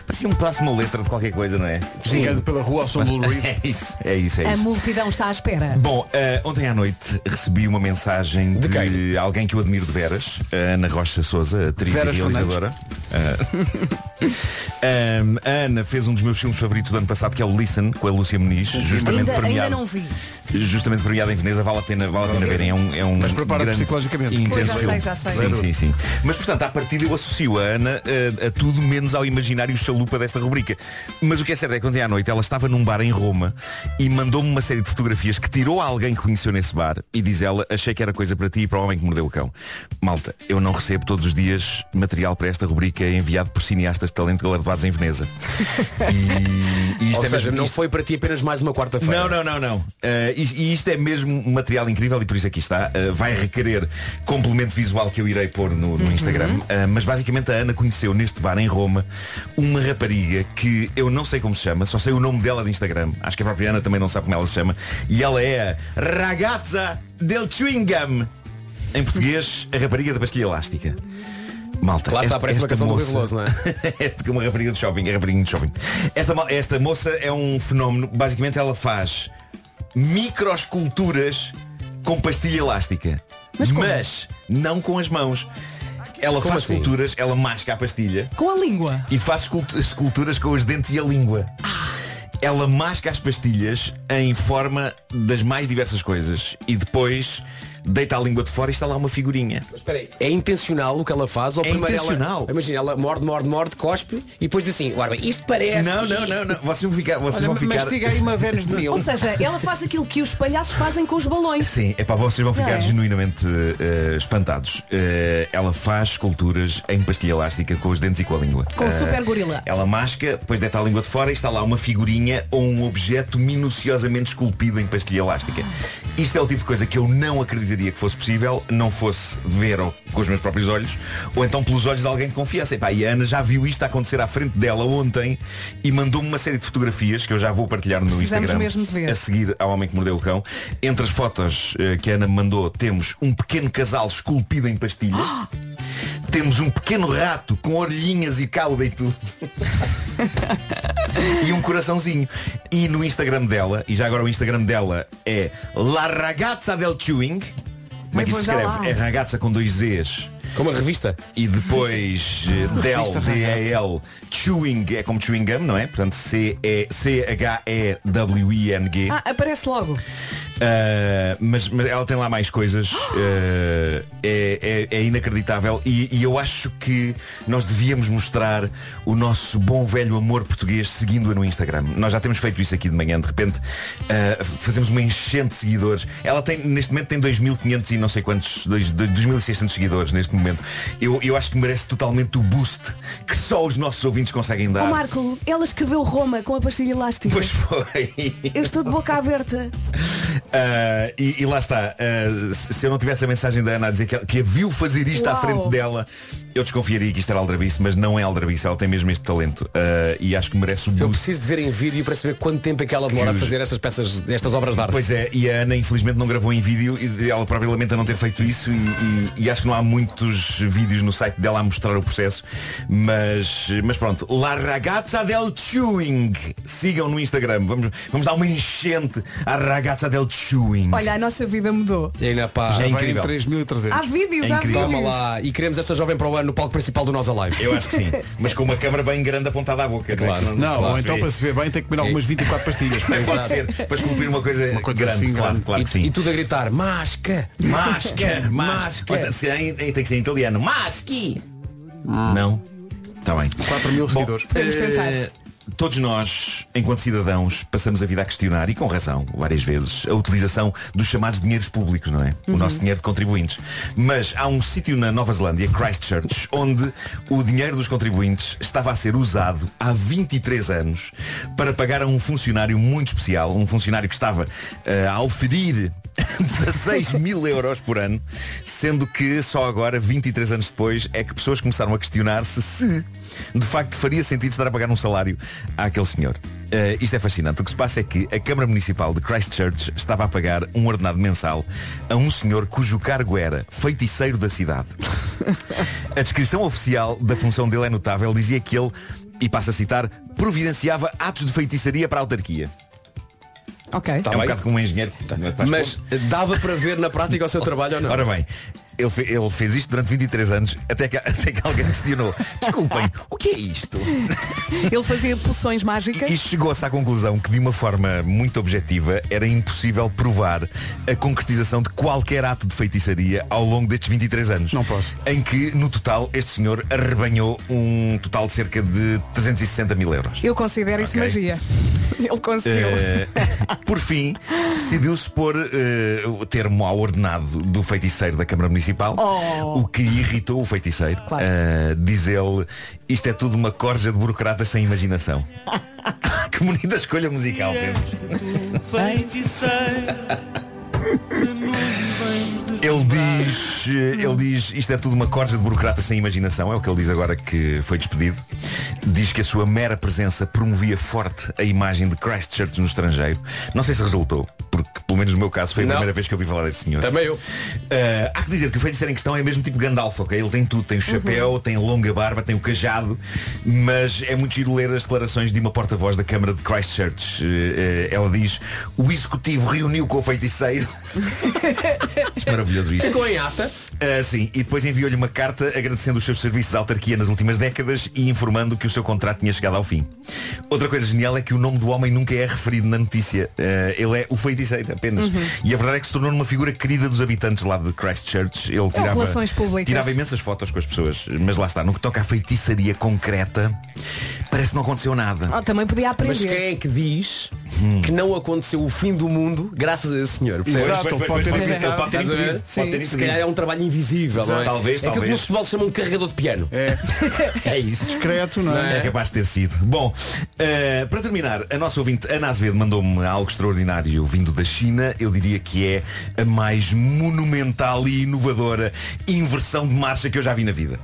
[SPEAKER 9] Parecia um pedaço de uma letra de qualquer coisa, não é?
[SPEAKER 1] Sim. Chegando pela rua ao som do Lou Reed.
[SPEAKER 9] É isso, é isso, é
[SPEAKER 3] A
[SPEAKER 9] isso.
[SPEAKER 3] multidão está à espera.
[SPEAKER 9] Bom, eh, ontem à noite recebi uma mensagem de, alguém que eu admiro de veras, a Ana Rocha Souza, atriz
[SPEAKER 1] Veras
[SPEAKER 9] e realizadora. Ah, um, a Ana fez um dos meus filmes favoritos do ano passado, que é o Listen, com a Lúcia Muniz, justamente
[SPEAKER 3] ainda,
[SPEAKER 9] premiado.
[SPEAKER 3] ainda não vi.
[SPEAKER 9] Justamente premiado em Veneza, vale a pena, vale a pena verem. É um, é um
[SPEAKER 1] Mas prepara-te
[SPEAKER 9] grande
[SPEAKER 1] psicologicamente.
[SPEAKER 9] e
[SPEAKER 3] Pois,
[SPEAKER 9] intenso
[SPEAKER 3] já sei,
[SPEAKER 9] filme.
[SPEAKER 3] já sei.
[SPEAKER 9] Sim, sim, sim. Mas portanto, à partida eu associo a Ana eh, a, tudo menos ao imaginário chalupa desta rubrica. Mas o que é certo é que ontem à noite ela estava num bar em Roma e mandou-me uma série de fotografias que tirou a alguém que conheceu nesse bar e diz ela, achei que era coisa para ti e para o homem que mordeu o cão. Malta, eu não recebo todos os dias material para esta rubrica enviado por cineastas de talento galardoados em Veneza. E, e
[SPEAKER 7] Ou
[SPEAKER 9] isto é
[SPEAKER 7] seja,
[SPEAKER 9] mesmo-
[SPEAKER 7] não
[SPEAKER 9] isto-
[SPEAKER 7] foi para ti apenas mais uma quarta-feira.
[SPEAKER 9] não, não, não, não. Eh, is- e isto é mesmo um material incrível e por isso aqui está. Eh, vai requerer complemento visual que eu irei pôr no, no Instagram. Eh, mas basicamente a Ana conheceu neste bar em Roma uma rapariga que eu não sei como se chama, só sei o nome dela de Instagram. Acho que a própria Ana também não sabe como ela se chama. E ela é a Ragazza del Chewing Gum. Em português, a rapariga da pastilha elástica. Malta,
[SPEAKER 7] Lá está,
[SPEAKER 9] esta-
[SPEAKER 7] parece uma
[SPEAKER 9] esta
[SPEAKER 7] canção do Rui
[SPEAKER 9] moça-
[SPEAKER 7] Veloso, não é?
[SPEAKER 9] esta que é uma rapariga de shopping, é rapariga de shopping. Esta, mo- esta moça é um fenómeno, basicamente ela faz microesculturas com pastilha elástica. Mas, não com as mãos. Ela
[SPEAKER 7] Como
[SPEAKER 9] faz
[SPEAKER 7] assim?
[SPEAKER 9] esculturas, ela masca a pastilha
[SPEAKER 3] Com a língua.
[SPEAKER 9] e faz escultu- esculturas com os dentes e a língua. Ela masca as pastilhas em forma das mais diversas coisas e depois deita a língua de fora e está lá uma figurinha.
[SPEAKER 7] Espera aí, É intencional o que ela faz ou
[SPEAKER 9] É
[SPEAKER 7] primeiro
[SPEAKER 9] intencional.
[SPEAKER 7] ela. Imagina, ela morde, morde, morde, cospe e depois diz assim, ora bem, isto parece.
[SPEAKER 9] Não, não, não, não. Vocês vão ficar. Vocês vão ficar...
[SPEAKER 1] Vênus de
[SPEAKER 3] Ou seja, ela faz aquilo que os palhaços fazem com os balões.
[SPEAKER 9] Sim, é para vocês vão ficar
[SPEAKER 3] é?
[SPEAKER 9] genuinamente eh, espantados. Eh, ela faz esculturas em pastilha elástica com os dentes e com a língua.
[SPEAKER 3] Com o
[SPEAKER 9] Eh,
[SPEAKER 3] super gorila.
[SPEAKER 9] Ela masca, depois deita a língua de fora e está lá uma figurinha ou um objeto minuciosamente esculpido em pastilha elástica. Isto é o tipo de coisa que eu não acreditaria que fosse possível, não fosse ver ou com os meus próprios olhos, ou então pelos olhos de alguém de confiança. Epá, e a Ana já viu isto acontecer à frente dela ontem e mandou-me uma série de fotografias que eu já vou partilhar no
[SPEAKER 3] Precisamos
[SPEAKER 9] Instagram É assim.
[SPEAKER 3] mesmo de ver.
[SPEAKER 9] a seguir ao um Homem que Mordeu o Cão. Entre as fotos eh, que a Ana me mandou, temos um pequeno casal esculpido em pastilha. Temos um pequeno rato com orelhinhas e cauda e tudo. e um coraçãozinho. E no Instagram dela, e já agora o Instagram dela é La Ragazza del Chewing. Como é que
[SPEAKER 3] Ai,
[SPEAKER 9] isso
[SPEAKER 3] vou
[SPEAKER 9] se
[SPEAKER 3] já
[SPEAKER 9] escreve?
[SPEAKER 3] lá.
[SPEAKER 9] É ragazza com dois Zs.
[SPEAKER 7] Como a revista.
[SPEAKER 9] E depois eh, Del, D-E-L, Chewing, é como chewing gum, não é? Portanto, C-E- C-H-E-W-I-N-G.
[SPEAKER 3] Ah, aparece logo.
[SPEAKER 9] Uh, mas, mas ela tem lá mais coisas. Uh, é, é- é inacreditável. E, e eu acho que nós devíamos mostrar o nosso bom velho amor português seguindo-a no Instagram. Nós já temos feito isso aqui de manhã, de repente uh, fazemos uma enchente de seguidores. Ela tem, neste momento, tem 2.500 e não sei quantos, dois- dois- 2.600 seguidores neste momento. Eu, eu acho que merece totalmente o boost que só os nossos ouvintes conseguem
[SPEAKER 3] Ó
[SPEAKER 9] dar.
[SPEAKER 3] Marco, ela escreveu Roma com a pastilha elástica.
[SPEAKER 9] Pois foi.
[SPEAKER 3] Eu estou de boca aberta.
[SPEAKER 9] Ah, e, e lá está, Ah, se se eu não tivesse a mensagem da Ana a dizer que, ela- que a viu fazer isto à
[SPEAKER 12] Uau.
[SPEAKER 9] frente dela, eu desconfiaria que isto era aldrabice, mas não é aldrabice, ela tem mesmo este talento Ah, e acho que merece o
[SPEAKER 7] Eu
[SPEAKER 9] boost.
[SPEAKER 7] preciso de ver em vídeo para saber quanto tempo é que ela demora
[SPEAKER 9] Que-
[SPEAKER 7] a fazer estas peças, estas obras de arte.
[SPEAKER 9] Pois é, e a Ana infelizmente não gravou em vídeo e ela própria lamenta não ter feito isso e, e- e acho que não há muitos vídeos no site dela a mostrar o processo, mas, mas pronto, La Ragazza del Chewing, sigam no Instagram, vamos, vamos dar uma enchente à Ragazza del Chewing.
[SPEAKER 3] Olha, a nossa vida mudou.
[SPEAKER 9] é.
[SPEAKER 7] E ainda pá,
[SPEAKER 9] Já
[SPEAKER 7] vai
[SPEAKER 9] vai
[SPEAKER 7] em
[SPEAKER 9] em
[SPEAKER 1] 3.300.
[SPEAKER 9] É
[SPEAKER 3] Há vídeos, há vídeos.
[SPEAKER 7] Toma lá. E queremos esta jovem para o ano no palco principal do Nós Alive.
[SPEAKER 9] Eu acho que sim. Mas com uma câmara bem grande apontada à boca. é?
[SPEAKER 7] Claro.
[SPEAKER 9] Senão
[SPEAKER 7] Não,
[SPEAKER 9] se
[SPEAKER 7] ou
[SPEAKER 9] vê.
[SPEAKER 7] então para
[SPEAKER 1] se ver bem tem que comer algumas 24 pastilhas.
[SPEAKER 9] Pode ser, para esculpir uma coisa, grande,
[SPEAKER 1] assim,
[SPEAKER 9] claro,
[SPEAKER 1] grande.
[SPEAKER 9] claro que
[SPEAKER 7] E-
[SPEAKER 9] sim.
[SPEAKER 7] E tudo a gritar, masca,
[SPEAKER 9] Masca, masca.
[SPEAKER 7] masca.
[SPEAKER 9] Ou tem que ser em- Tem que ser em italiano. Maschi.
[SPEAKER 7] Ah.
[SPEAKER 9] Não. Está bem.
[SPEAKER 1] 4 mil seguidores.
[SPEAKER 3] Vamos tentar.
[SPEAKER 9] Eh, Todos nós, enquanto cidadãos, passamos a vida a questionar, e com razão, várias vezes, a utilização dos chamados dinheiros públicos, não é? O nosso dinheiro de contribuintes. Mas há um sítio na Nova Zelândia, Christchurch, onde o dinheiro dos contribuintes estava a ser usado há 23 anos para pagar a um funcionário muito especial, um funcionário que estava eh, a oferir 16 mil euros por ano, sendo que só agora, 23 anos depois, é que pessoas começaram a questionar-se se de facto faria sentido estar a pagar um salário àquele senhor. Eh, isto é fascinante. O que se passa é que a Câmara Municipal de Christchurch estava a pagar um ordenado mensal a um senhor cujo cargo era feiticeiro da cidade. A descrição oficial da função dele é notável. Dizia que ele, e passo a citar, providenciava atos de feitiçaria para a autarquia.
[SPEAKER 3] Ok.
[SPEAKER 9] é um bocado como um engenheiro.
[SPEAKER 7] Mas eh, dava para ver na prática o seu trabalho ou não?
[SPEAKER 9] Ora bem, ele, fe- ele fez isto durante 23 anos até que, até que alguém questionou. Desculpem, o que é isto?
[SPEAKER 3] Ele fazia poções mágicas.
[SPEAKER 9] E chegou-se à conclusão que de uma forma muito objetiva era impossível provar a concretização de qualquer ato de feitiçaria ao longo destes 23 anos. Não posso. Em que, no total, este senhor arrebanhou um total de cerca de 360 mil euros.
[SPEAKER 3] Eu considero isso
[SPEAKER 9] Ok.
[SPEAKER 3] magia. Ele conseguiu.
[SPEAKER 9] Eh, por fim, decidiu-se pôr eh, o termo ao ordenado do feiticeiro da Câmara Municipal,
[SPEAKER 3] Oh.
[SPEAKER 9] o que irritou o feiticeiro.
[SPEAKER 3] Claro.
[SPEAKER 9] Eh, diz ele, isto é tudo uma corja de burocratas sem imaginação. que bonita escolha musical, Pedro. Ele diz, eh, ele diz, isto é tudo uma corja de burocratas sem imaginação, é o que ele diz agora que foi despedido. Diz que a sua mera presença promovia forte a imagem de Christchurch no estrangeiro. Não sei se resultou, porque pelo menos no meu caso foi a
[SPEAKER 7] Não.
[SPEAKER 9] primeira vez que eu ouvi falar deste senhor.
[SPEAKER 7] Também eu.
[SPEAKER 9] Eh, há que dizer que o feiticeiro em questão é mesmo tipo Gandalf, ok? Ele tem tudo, tem o chapéu, tem a longa barba, tem o cajado, mas é muito giro ler as declarações de uma porta-voz da Câmara de Christchurch. Eh, eh, ela diz, o executivo reuniu com o feiticeiro. Acho maravilhoso isto.
[SPEAKER 7] Ficou em ata.
[SPEAKER 9] Ah, sim, e depois enviou-lhe uma carta agradecendo os seus serviços à autarquia nas últimas décadas e informando que o seu contrato tinha chegado ao fim. Outra coisa genial é que o nome do homem nunca é referido na notícia. Ah, ele é o feiticeiro apenas.
[SPEAKER 3] Uhum.
[SPEAKER 9] E a verdade é que se tornou uma figura querida dos habitantes lá de Christchurch. Ele tirava,
[SPEAKER 3] É, relações públicas.
[SPEAKER 9] tirava imensas fotos com as pessoas, mas lá está, no que toca à feitiçaria concreta, parece que não aconteceu nada.
[SPEAKER 3] Oh, também podia aprender.
[SPEAKER 7] Mas quem é que diz que não aconteceu o fim do mundo graças a esse senhor? percebes?
[SPEAKER 9] Exato, Hum. Pois, pois, pode pois, ter pois, impedido. pois, pode ter
[SPEAKER 7] Estás a ver?
[SPEAKER 9] impedido, pode ter
[SPEAKER 7] Se
[SPEAKER 9] impedido.
[SPEAKER 7] calhar é um trabalho invisível,
[SPEAKER 9] Exato.
[SPEAKER 7] não é?
[SPEAKER 9] Talvez,
[SPEAKER 7] é aquilo que no
[SPEAKER 9] talvez.
[SPEAKER 7] futebol se chama um carregador de piano.
[SPEAKER 1] É.
[SPEAKER 7] É isso.
[SPEAKER 1] Discreto, não é?
[SPEAKER 9] É capaz de ter sido. Bom, eh, para terminar, a nossa ouvinte Ana Azevedo mandou-me algo extraordinário vindo da China. Eu diria que é a mais monumental e inovadora inversão de marcha que eu já vi na vida.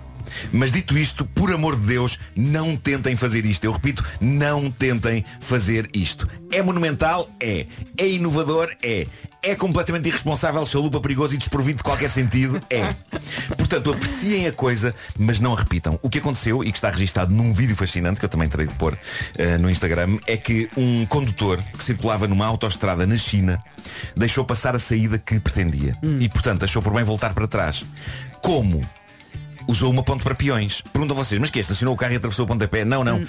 [SPEAKER 9] Mas dito isto, por amor de Deus, não tentem fazer isto. Eu repito, não tentem fazer isto. É monumental? É. É inovador? É. É completamente irresponsável, chalupa, perigoso e desprovido de qualquer sentido? É. Portanto, apreciem a coisa, mas não a repitam. O que aconteceu, e que está registado num vídeo fascinante, que eu também terei de pôr eh, no Instagram, é que um condutor que circulava numa autoestrada na China deixou passar a saída que pretendia. E, portanto, achou por bem voltar para trás. Como? Usou uma ponte para peões. Perguntam vocês, mas que é? estacionou o carro e atravessou o pontapé? Não, não.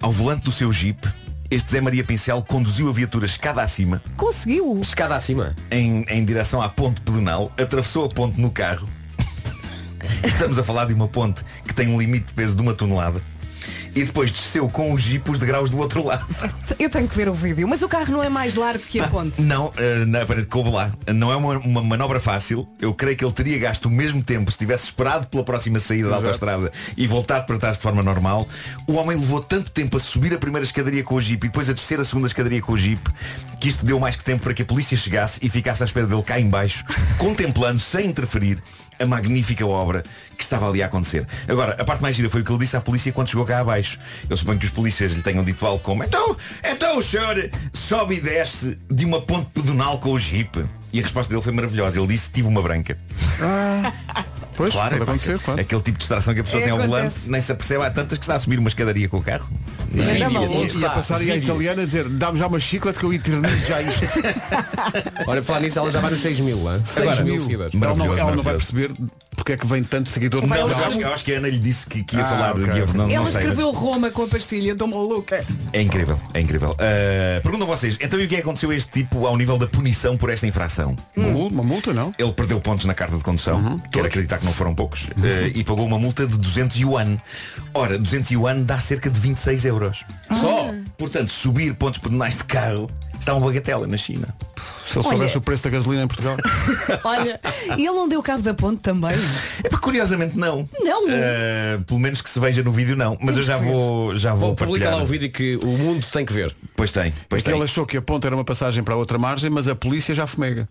[SPEAKER 9] Ao volante do seu Jeep, este Zé Maria Pincel conduziu a viatura escada acima
[SPEAKER 3] Conseguiu.
[SPEAKER 7] Escada acima.
[SPEAKER 9] em, em direção à ponte pedonal, atravessou a ponte no carro. Estamos a falar de uma ponte que tem um limite de peso de uma tonelada. e depois desceu com os jipos de graus do outro lado.
[SPEAKER 3] Eu tenho que ver o vídeo, mas o carro não é mais largo que a ponte.
[SPEAKER 9] Ah, Não, eh, na parede coube lá. Não é uma, uma manobra fácil. Eu creio que ele teria gasto o mesmo tempo se tivesse esperado pela próxima saída da
[SPEAKER 12] Exato.
[SPEAKER 9] autoestrada e voltado para trás de forma normal. O homem levou tanto tempo a subir a primeira escadaria com o Jeep e depois a descer a segunda escadaria com o Jeep que isto deu mais que tempo para que a polícia chegasse e ficasse à espera dele cá em baixo, contemplando, sem interferir, a magnífica obra que estava ali a acontecer. Agora, a parte mais gira foi o que ele disse à polícia quando chegou cá abaixo. Eu suponho que os polícias lhe tenham dito algo como Então, então o senhor sobe e desce de uma ponte pedonal com o Jeep. E a resposta dele foi maravilhosa. Ele disse, tive uma branca.
[SPEAKER 1] Pois,
[SPEAKER 9] claro,
[SPEAKER 1] pode
[SPEAKER 9] epá,
[SPEAKER 1] acontecer,
[SPEAKER 9] que- aquele tipo de distração que a pessoa
[SPEAKER 1] É,
[SPEAKER 9] tem ao
[SPEAKER 1] acontece.
[SPEAKER 9] volante, nem se apercebe há tantas que está a subir uma escadaria com o carro.
[SPEAKER 1] E,
[SPEAKER 9] Vídeo,
[SPEAKER 1] e, e a passar aí à
[SPEAKER 9] vídeo.
[SPEAKER 1] italiana a dizer, dá-me já uma chiclete que eu eternizo já isto.
[SPEAKER 7] Olha, falar nisso, ela já vai nos 6 mil, hã? 6
[SPEAKER 1] Agora,
[SPEAKER 7] mil seguidores.
[SPEAKER 1] Ela não, ela não vai perceber porque é que vem tanto seguidor.
[SPEAKER 9] Não,
[SPEAKER 1] Não,
[SPEAKER 9] mas eu acho, que- eu acho que a Ana lhe disse que, que ia
[SPEAKER 1] Ah,
[SPEAKER 9] falar
[SPEAKER 1] ok.
[SPEAKER 9] de Guilherme Não,
[SPEAKER 3] Ela
[SPEAKER 9] não sei. mas-
[SPEAKER 3] escreveu Roma com a pastilha, estou maluca.
[SPEAKER 9] É incrível, é incrível. Uh, perguntam vocês, então e o que é que aconteceu a este tipo ao nível da punição por esta infração?
[SPEAKER 1] Uma multa, não?
[SPEAKER 9] Ele perdeu pontos na carta de condução, quero acreditar que não foram poucos, uh, e pagou uma multa de 200 yuan. Ora, 200 yuan dá cerca de 26 euros. Só! Portanto, subir pontos pedonais de carro está uma bagatela na China.
[SPEAKER 1] Se ele soubesse o preço da gasolina em Portugal.
[SPEAKER 3] Olha, e ele não deu cabo da ponte também?
[SPEAKER 9] É porque curiosamente não.
[SPEAKER 3] Não.
[SPEAKER 9] Uh, pelo menos que se veja no vídeo não, mas eu já vou, já vou,
[SPEAKER 7] Publica
[SPEAKER 9] partilhar.
[SPEAKER 7] lá o vídeo é que o mundo tem que ver.
[SPEAKER 9] Pois tem, pois
[SPEAKER 1] Porque ele achou que a ponta era uma passagem para a outra margem, mas a polícia já fomega.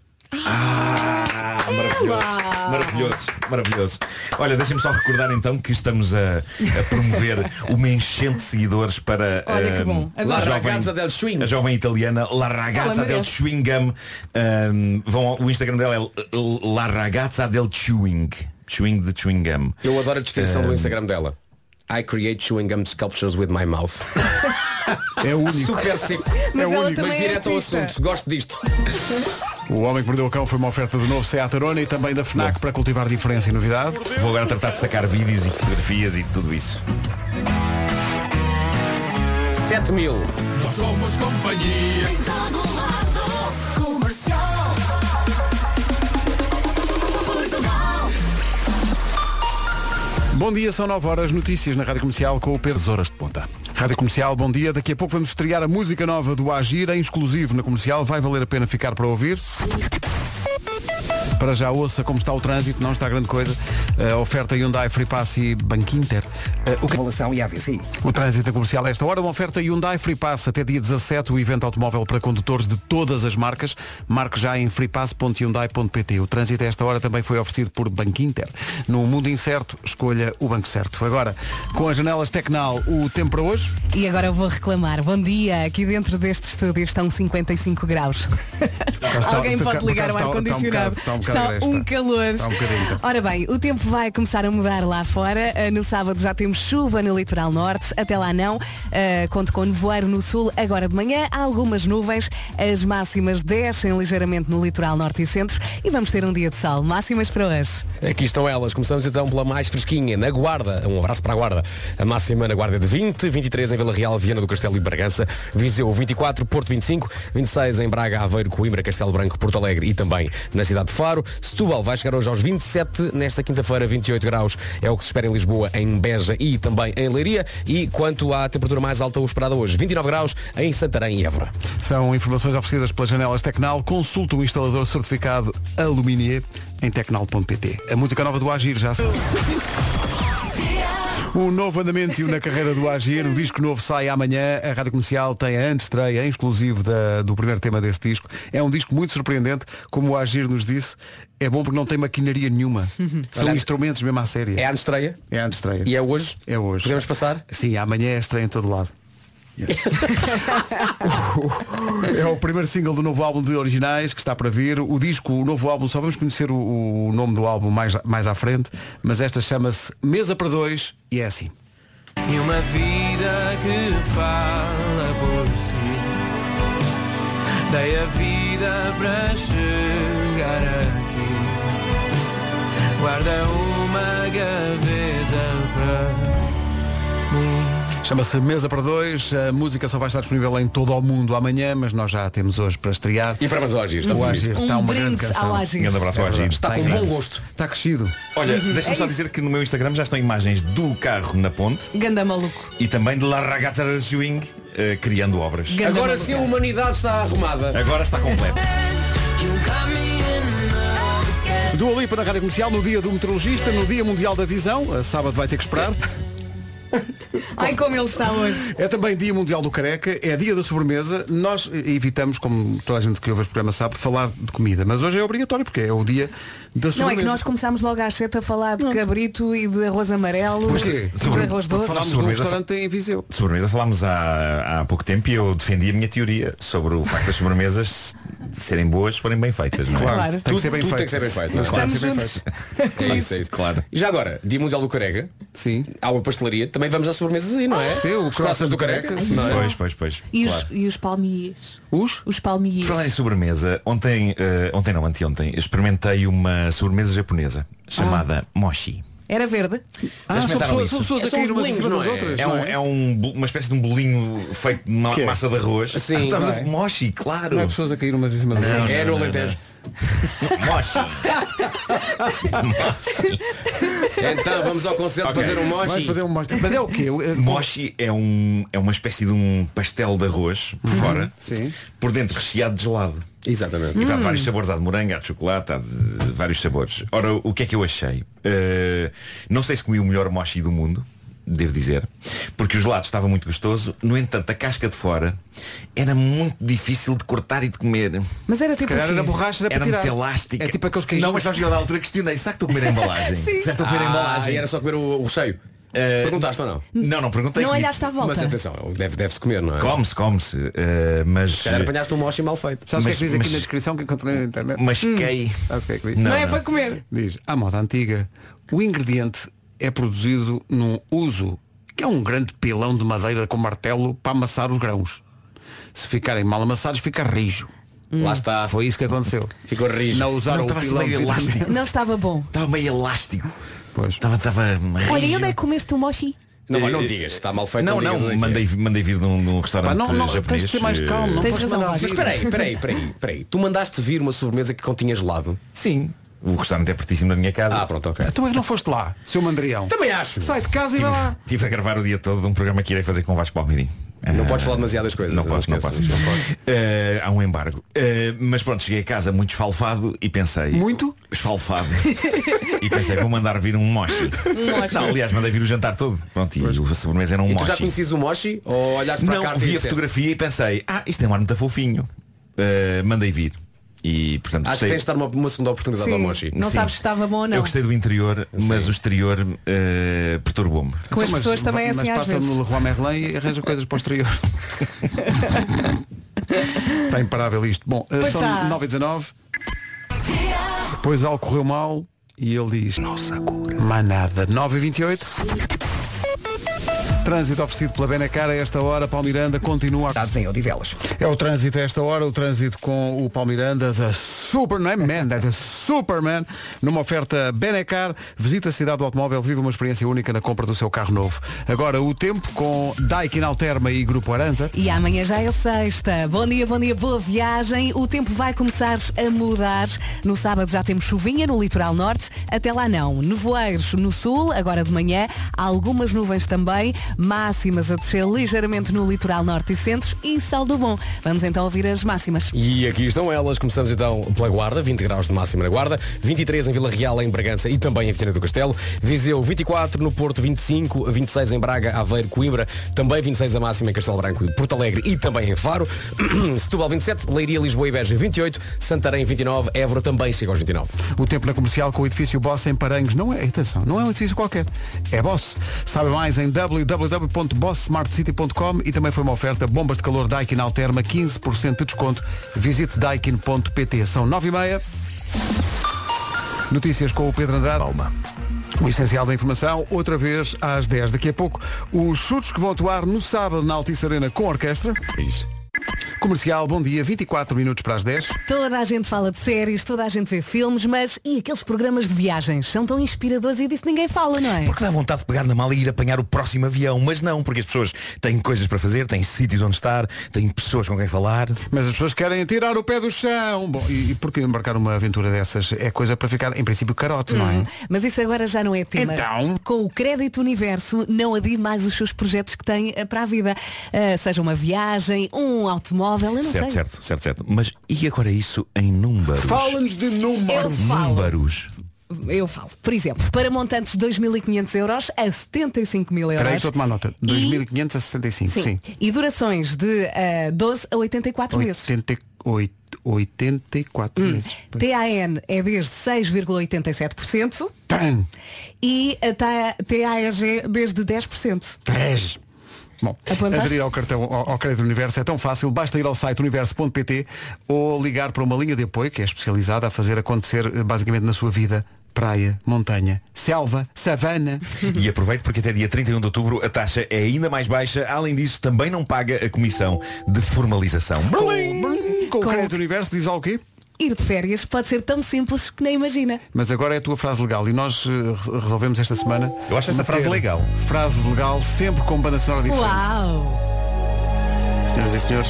[SPEAKER 9] Ah, maravilhoso, maravilhoso, maravilhoso. Olha, deixa-me só recordar então que estamos a, a promover uma enchente de seguidores para
[SPEAKER 7] Olha que
[SPEAKER 9] ah,
[SPEAKER 7] bom. Oh,
[SPEAKER 9] a
[SPEAKER 7] La
[SPEAKER 9] jovem,
[SPEAKER 7] Ragazza del Swing.
[SPEAKER 9] a jovem italiana La Ragazza
[SPEAKER 7] Ela
[SPEAKER 9] del
[SPEAKER 7] merece.
[SPEAKER 9] Chewing Gum. Ahm, vão ao- o Instagram dela é La Ragazza del Chewing. Chewing de Chewing Gum.
[SPEAKER 7] Eu adoro a descrição
[SPEAKER 9] Ah.
[SPEAKER 7] do Instagram dela. I create chewing gum sculptures with my mouth.
[SPEAKER 1] É único.
[SPEAKER 7] Super seco.
[SPEAKER 1] Mas
[SPEAKER 7] é
[SPEAKER 1] ela
[SPEAKER 7] único,
[SPEAKER 1] também
[SPEAKER 7] mas
[SPEAKER 1] é
[SPEAKER 7] direto ao
[SPEAKER 1] artista.
[SPEAKER 7] assunto. Gosto disto.
[SPEAKER 1] O Homem que Mordeu o Cão foi uma oferta do novo Seat Arona e também da FNAC para cultivar diferença e novidade.
[SPEAKER 9] Vou agora tratar de sacar vídeos e fotografias e tudo isso.
[SPEAKER 7] 7 mil.
[SPEAKER 13] Nós somos companhia. Em todo lado, comercial. Portugal.
[SPEAKER 1] Bom dia, são 9 horas, notícias na Rádio Comercial com o Pedro Zoras de Ponta. Rádio Comercial, bom dia. Daqui a pouco vamos estrear a música nova do Agir em exclusivo na Comercial. Vai valer a pena ficar para ouvir. Para já ouça como está o trânsito, não está grande coisa. A oferta Hyundai Free Pass e Banco Inter. Uh, o que...
[SPEAKER 4] e AVC.
[SPEAKER 1] O trânsito a comercial a esta hora, uma oferta Hyundai Free Pass até dia 17, o evento automóvel para condutores de todas as marcas. Marque já em freepass.hyundai.pt. O trânsito a esta hora também foi oferecido por Banco Inter. No mundo incerto, escolha o banco certo. Agora, com as janelas Tecnal, o tempo para hoje?
[SPEAKER 3] E agora eu vou reclamar. Bom dia, aqui dentro deste estúdio estão 55 graus.
[SPEAKER 1] está-
[SPEAKER 3] Alguém
[SPEAKER 1] está-
[SPEAKER 3] pode
[SPEAKER 1] por
[SPEAKER 3] ligar o
[SPEAKER 1] acaso está- está um
[SPEAKER 3] ar-condicionado.
[SPEAKER 1] bocado- está um bocado
[SPEAKER 3] Está
[SPEAKER 1] agreste,
[SPEAKER 3] um
[SPEAKER 1] está.
[SPEAKER 3] calor.
[SPEAKER 1] Está um bocadinho, está.
[SPEAKER 3] Ora bem, o tempo vai começar a mudar lá fora. Ah, No sábado já temos chuva no litoral norte, até lá não. Ah, Conto com nevoeiro no sul agora de manhã. Há algumas nuvens. As máximas descem ligeiramente no litoral norte e centro e vamos ter um dia de sol. Máximas para hoje.
[SPEAKER 7] Aqui estão elas. Começamos então pela mais fresquinha, na Guarda. Um abraço para a Guarda. A máxima na Guarda é de 20, 23 em Vila Real, Viana do Castelo e Bragança, Viseu 24, Porto 25, 26 em Braga, Aveiro, Coimbra, Castelo Branco, Porto Alegre e também na cidade de Faro. Setúbal vai chegar hoje aos 27, nesta quinta-feira 28 graus é o que se espera em Lisboa, em Beja e também em Leiria. E quanto à temperatura mais alta esperada hoje, 29 graus em Santarém e Évora.
[SPEAKER 1] São informações oferecidas pelas janelas Tecnal. Consulte o instalador certificado Aluminier em tecnal.pt. A música nova do Agir já se... Um novo andamento na carreira do Agir. O disco novo sai amanhã. A Rádio Comercial tem a antestreia em exclusivo da- do primeiro tema desse disco. É um disco muito surpreendente. Como o Agir nos disse, é bom porque não tem maquinaria nenhuma. São
[SPEAKER 7] Olha,
[SPEAKER 1] instrumentos mesmo à séria.
[SPEAKER 7] É a estreia?
[SPEAKER 1] É a estreia.
[SPEAKER 7] E é hoje?
[SPEAKER 1] É hoje. Podemos
[SPEAKER 7] passar?
[SPEAKER 1] Sim, amanhã é estreia em todo lado. É o primeiro single do novo álbum de originais que está para vir. O disco, o novo álbum, só vamos conhecer o, o nome do álbum mais, mais à frente, mas esta chama-se Mesa para Dois e é assim.
[SPEAKER 13] E uma vida que fala por si. Dei a vida para chegar aqui. Guarda uma gaveta para mim.
[SPEAKER 1] Chama-se Mesa para Dois. A música só vai estar disponível em todo o mundo amanhã, mas nós já a temos hoje para estrear.
[SPEAKER 7] E para mais o Agir, está
[SPEAKER 1] o
[SPEAKER 7] bonito.
[SPEAKER 1] Agir está
[SPEAKER 7] Um
[SPEAKER 1] uma
[SPEAKER 7] brinde
[SPEAKER 1] grande canção.
[SPEAKER 7] ao
[SPEAKER 9] Um
[SPEAKER 7] Agir. Grande abraço ao
[SPEAKER 1] É verdade.
[SPEAKER 7] Agir. Está com
[SPEAKER 1] Tem-
[SPEAKER 7] bom gosto.
[SPEAKER 1] Está crescido.
[SPEAKER 9] Olha,
[SPEAKER 1] Uhum.
[SPEAKER 9] deixa-me
[SPEAKER 1] É
[SPEAKER 9] só
[SPEAKER 1] isso.
[SPEAKER 9] dizer que no meu Instagram já estão imagens do carro na ponte
[SPEAKER 3] Ganda maluco.
[SPEAKER 9] e também de La Ragazza de Swing eh, criando obras.
[SPEAKER 7] Agora sim a humanidade está arrumada.
[SPEAKER 9] Agora está completo.
[SPEAKER 1] Dua Lipa na Rádio Comercial, no dia do meteorologista, no dia mundial da visão, a sábado vai ter que esperar.
[SPEAKER 3] Ai, como ele está hoje.
[SPEAKER 1] É também dia mundial do careca, é dia da sobremesa. Nós evitamos, como toda a gente que ouve este programa sabe, falar de comida. Mas hoje é obrigatório, porque é o dia da sobremesa.
[SPEAKER 3] Não é que nós começámos logo às sete a falar de cabrito e de arroz amarelo,
[SPEAKER 9] Porquê?
[SPEAKER 3] de
[SPEAKER 9] Sobre-
[SPEAKER 3] arroz
[SPEAKER 9] porque
[SPEAKER 3] doce.
[SPEAKER 9] falámos de sobremesa-
[SPEAKER 1] em Viseu.
[SPEAKER 9] De sobremesa falámos há, há pouco tempo e eu defendi a minha teoria sobre o facto das sobremesas serem boas se forem bem feitas. Não é?
[SPEAKER 7] Claro, Claro. tem que ser bem feito. Claro. Estamos juntos. É isso, é isso.
[SPEAKER 9] Claro.
[SPEAKER 7] E Já agora, Dia Mundial do Careca.
[SPEAKER 1] Sim.
[SPEAKER 7] Há uma pastelaria. Também vamos às sobremesas aí, não é? Sim, o croissant do Careca.
[SPEAKER 9] Sim,
[SPEAKER 7] não é?
[SPEAKER 9] Pois, pois, pois.
[SPEAKER 12] E os,
[SPEAKER 9] claro.
[SPEAKER 12] e os palmiers?
[SPEAKER 1] Os?
[SPEAKER 12] Os palmiers.
[SPEAKER 9] Por falar em sobremesa, ontem, eh, ontem não, anteontem, experimentei uma sobremesa japonesa chamada mochi.
[SPEAKER 3] Era verde?
[SPEAKER 1] Ah,
[SPEAKER 9] Já experimentaram isso? É, um- é um bo- uma espécie de um bolinho feito de ma-
[SPEAKER 1] Que é?
[SPEAKER 9] massa de arroz.
[SPEAKER 1] Sim.
[SPEAKER 9] Ah, estavas
[SPEAKER 1] Não é?
[SPEAKER 9] a... Moshi, claro.
[SPEAKER 1] Não é pessoas a cair umas em cima das
[SPEAKER 9] Não,
[SPEAKER 1] outras.
[SPEAKER 7] é um-
[SPEAKER 9] não, não, não, Moshi.
[SPEAKER 7] Então vamos ao concerto
[SPEAKER 9] Ok.
[SPEAKER 7] fazer um mochi.
[SPEAKER 1] Vai fazer um mochi. Mas é o quê?
[SPEAKER 9] Moshi é, um, é uma espécie de um pastel de arroz por fora, por dentro recheado de gelado.
[SPEAKER 7] Exatamente.
[SPEAKER 9] E há
[SPEAKER 7] Hum.
[SPEAKER 9] vários sabores, há de morango, há de chocolate, há de vários sabores. Ora, o que é que eu achei? Uh, não sei se comi o melhor mochi do mundo, devo dizer, porque o gelado estava muito gostoso, no entanto, a casca de fora era muito difícil de cortar e de comer.
[SPEAKER 3] Mas era tipo
[SPEAKER 9] Se calhar
[SPEAKER 3] o quê?
[SPEAKER 9] era borracha, era,
[SPEAKER 3] Era
[SPEAKER 9] para
[SPEAKER 3] muito
[SPEAKER 9] tirar. elástica. É tipo aqueles
[SPEAKER 1] queijinhos.
[SPEAKER 9] Não, mas sabes que eu da altura questionei, será que estou a comer a embalagem?
[SPEAKER 12] Sim.
[SPEAKER 9] Será que estou a comer a
[SPEAKER 7] Ah,
[SPEAKER 9] embalagem?
[SPEAKER 7] e era só comer o, o recheio. Perguntaste ou não?
[SPEAKER 9] Não, não perguntei.
[SPEAKER 12] Não olhaste à volta.
[SPEAKER 7] Mas atenção, deve, deve-se comer, não é?
[SPEAKER 9] Come-se, come-se. uh, mas.
[SPEAKER 7] Se calhar apanhaste um mochi mal feito.
[SPEAKER 1] Sabes o que é que diz aqui
[SPEAKER 9] mas-
[SPEAKER 1] na descrição que encontrei na internet?
[SPEAKER 9] eh, Mas
[SPEAKER 7] Hum.
[SPEAKER 9] quem?
[SPEAKER 1] Sabes o que é que diz?
[SPEAKER 9] Não, Não é não.
[SPEAKER 3] para comer.
[SPEAKER 1] Diz, à moda antiga, o ingrediente é produzido num uso, que é um grande pilão de madeira com martelo para amassar os grãos. Se ficarem mal amassados, fica rijo.
[SPEAKER 7] Lá está.
[SPEAKER 1] Ah, Foi isso que aconteceu.
[SPEAKER 7] Ficou rijo.
[SPEAKER 1] Não usaram
[SPEAKER 9] Não,
[SPEAKER 1] o
[SPEAKER 9] estava-se
[SPEAKER 1] pilão
[SPEAKER 9] meio
[SPEAKER 1] de vidro.
[SPEAKER 9] elástico.
[SPEAKER 12] Não estava bom.
[SPEAKER 9] Estava meio elástico.
[SPEAKER 1] Pois.
[SPEAKER 9] Estava, estava.
[SPEAKER 12] Olha, e onde é que comeste o mochi?
[SPEAKER 7] Não, mas não digas, está mal feito.
[SPEAKER 9] Não,
[SPEAKER 7] digas
[SPEAKER 9] não,
[SPEAKER 7] onde é que é.
[SPEAKER 9] mandei, mandei vir de um, de um restaurante
[SPEAKER 7] Pá, não, não,
[SPEAKER 9] japonês.
[SPEAKER 7] tens de ser mais calmo. Não
[SPEAKER 9] eh,
[SPEAKER 7] podes mandar vir. Mas espera aí, espera aí, espera aí, espera aí. Tu mandaste vir uma sobremesa que continha gelado?
[SPEAKER 9] Sim. O restaurante é pertíssimo da minha casa.
[SPEAKER 7] Ah, pronto, ok.
[SPEAKER 1] Então é que não foste lá, seu mandrião?
[SPEAKER 7] Também acho.
[SPEAKER 1] Sai de casa e vai lá.
[SPEAKER 9] Estive a gravar o dia todo de um programa que irei fazer com o Vasco Palmeirim.
[SPEAKER 7] Não
[SPEAKER 9] Ah,
[SPEAKER 7] podes falar demasiadas coisas.
[SPEAKER 9] Não posso, não
[SPEAKER 7] esqueças.
[SPEAKER 9] posso. Eh, há um embargo. Eh, mas pronto, cheguei a casa muito esfalfado e pensei.
[SPEAKER 1] Muito?
[SPEAKER 9] Esfalfado. e pensei, vou mandar vir um mochi.
[SPEAKER 7] Um mochi.
[SPEAKER 9] Não, aliás, mandei vir o jantar todo. Pronto, e o sobremesa era um
[SPEAKER 7] E tu
[SPEAKER 9] mochi.
[SPEAKER 7] já conheces o mochi? Ou olhaste para a
[SPEAKER 9] Não,
[SPEAKER 7] carta
[SPEAKER 9] vi
[SPEAKER 7] e
[SPEAKER 9] a
[SPEAKER 7] disseste,
[SPEAKER 9] fotografia e pensei, ah, isto tem um ar muito fofinho. Eh, mandei vir. E portanto
[SPEAKER 7] Acho que
[SPEAKER 9] gostei-
[SPEAKER 7] tens de dar uma, uma segunda oportunidade ao mochi.
[SPEAKER 3] Não
[SPEAKER 9] Sim.
[SPEAKER 3] sabes se estava bom ou não.
[SPEAKER 9] Eu gostei do interior, mas o exterior eh, perturbou-me.
[SPEAKER 3] Com as Mas- pessoas também é assim
[SPEAKER 1] Então, mas
[SPEAKER 3] às
[SPEAKER 1] passa
[SPEAKER 3] vezes.
[SPEAKER 1] no Leroy Merlin e arranja coisas para o exterior. Está imparável isto. Bom, eh,
[SPEAKER 13] Pois
[SPEAKER 1] são
[SPEAKER 13] está.
[SPEAKER 1] 9 e 19 Depois algo correu mal e ele diz Nossa cura. Mais nada. 9 e 28 Trânsito oferecido pela Benacar a esta hora, Palmiranda continua
[SPEAKER 4] Dados em Odivelas.
[SPEAKER 1] É o trânsito a esta hora, o trânsito com o Palmiranda, da Superman, man, da Superman, numa oferta Benacar, visita a cidade do automóvel, vive uma experiência única na compra do seu carro novo. Agora o tempo com Daikin Alterma e Grupo Aranza.
[SPEAKER 3] E amanhã já é sexta. Bom dia, bom dia, boa viagem. O tempo vai começar a mudar. No sábado já temos chuvinha no litoral norte. Até lá não. Nevoeiros no sul, agora de manhã. Algumas nuvens também. Máximas a descer ligeiramente no litoral norte e centros. E saldo bom. Vamos então ouvir as máximas.
[SPEAKER 7] E aqui estão elas. Começamos então pela Guarda, 20 graus de máxima na Guarda, 23 em Vila Real, em Bragança e também em Vitória do Castelo, Viseu 24, no Porto 25, 26 em Braga, Aveiro, Coimbra, também 26 a máxima em Castelo Branco e Porto Alegre e também em Faro, Setúbal 27, Leiria, Lisboa e Beja 28, Santarém 29, Évora também chega aos 29.
[SPEAKER 1] O tempo na comercial com o edifício Boss em Paranhos não é, atenção, não é um edifício qualquer, é Boss. Sabe mais em www.bosssmartcity.com e também foi uma oferta bombas de calor Daikin Alterma, 15% de desconto. Visite daikin.pt. São 9 e meia. Notícias com o Pedro Andrade. O essencial da informação, outra vez às 10. Daqui a pouco, os chutes que vão atuar no sábado na Altice Arena com orquestra. Comercial, bom dia, 24 minutos para as 10.
[SPEAKER 3] Toda a gente fala de séries, toda a gente vê filmes, mas e aqueles programas de viagens? São tão inspiradores e disso ninguém fala, não é?
[SPEAKER 9] Porque dá vontade de pegar na mala e ir apanhar o próximo avião, mas não, porque as pessoas têm coisas para fazer, têm sítios onde estar, têm pessoas com quem falar.
[SPEAKER 1] Mas as pessoas querem tirar o pé do chão. Bom, e, e porque embarcar uma aventura dessas é coisa para ficar, em princípio, carote, não é?
[SPEAKER 3] Hum, Mas isso agora já não é tema.
[SPEAKER 1] Então?
[SPEAKER 3] Com o Crédito Universo, não adie mais os seus projetos que têm eh, para a vida. Ah, seja uma viagem, um automóvel, eu não
[SPEAKER 9] certo,
[SPEAKER 3] sei.
[SPEAKER 9] certo, certo, certo. Mas e agora isso em números?
[SPEAKER 1] Fala-nos de
[SPEAKER 3] Eu
[SPEAKER 1] números.
[SPEAKER 3] falo.
[SPEAKER 9] Números.
[SPEAKER 3] Eu falo. Por exemplo, para montantes de 2.500 euros a 75 mil
[SPEAKER 1] Espera aí,
[SPEAKER 3] euros.
[SPEAKER 1] estou a tomar nota. 2.500 a 75, sim.
[SPEAKER 3] E durações de ah, 12 a 84 meses.
[SPEAKER 1] 88, 84
[SPEAKER 3] Hum.
[SPEAKER 1] meses.
[SPEAKER 3] TAN é desde 6,87%
[SPEAKER 1] Tan,
[SPEAKER 3] e a TA TAEG desde 10%.
[SPEAKER 1] 10. Bom,
[SPEAKER 3] Apontaste?
[SPEAKER 1] aderir ao cartão ao, ao crédito Universo é tão fácil, basta ir ao site universo.pt ou ligar para uma linha de apoio que é especializada a fazer acontecer eh, basicamente na sua vida praia, montanha, selva, savana.
[SPEAKER 9] E aproveito porque até dia 31 de outubro a taxa é ainda mais baixa. Além disso, também não paga a comissão de formalização.
[SPEAKER 1] Com o crédito Universo diz ao quê?
[SPEAKER 3] Ir de férias pode ser tão simples que nem imagina.
[SPEAKER 1] Mas agora é a tua frase legal e nós eh, re- resolvemos esta semana.
[SPEAKER 9] Eu acho essa frase
[SPEAKER 1] meter
[SPEAKER 9] legal.
[SPEAKER 1] Frase legal sempre com banda sonora diferente.
[SPEAKER 3] Uau!
[SPEAKER 1] Senhoras e senhores,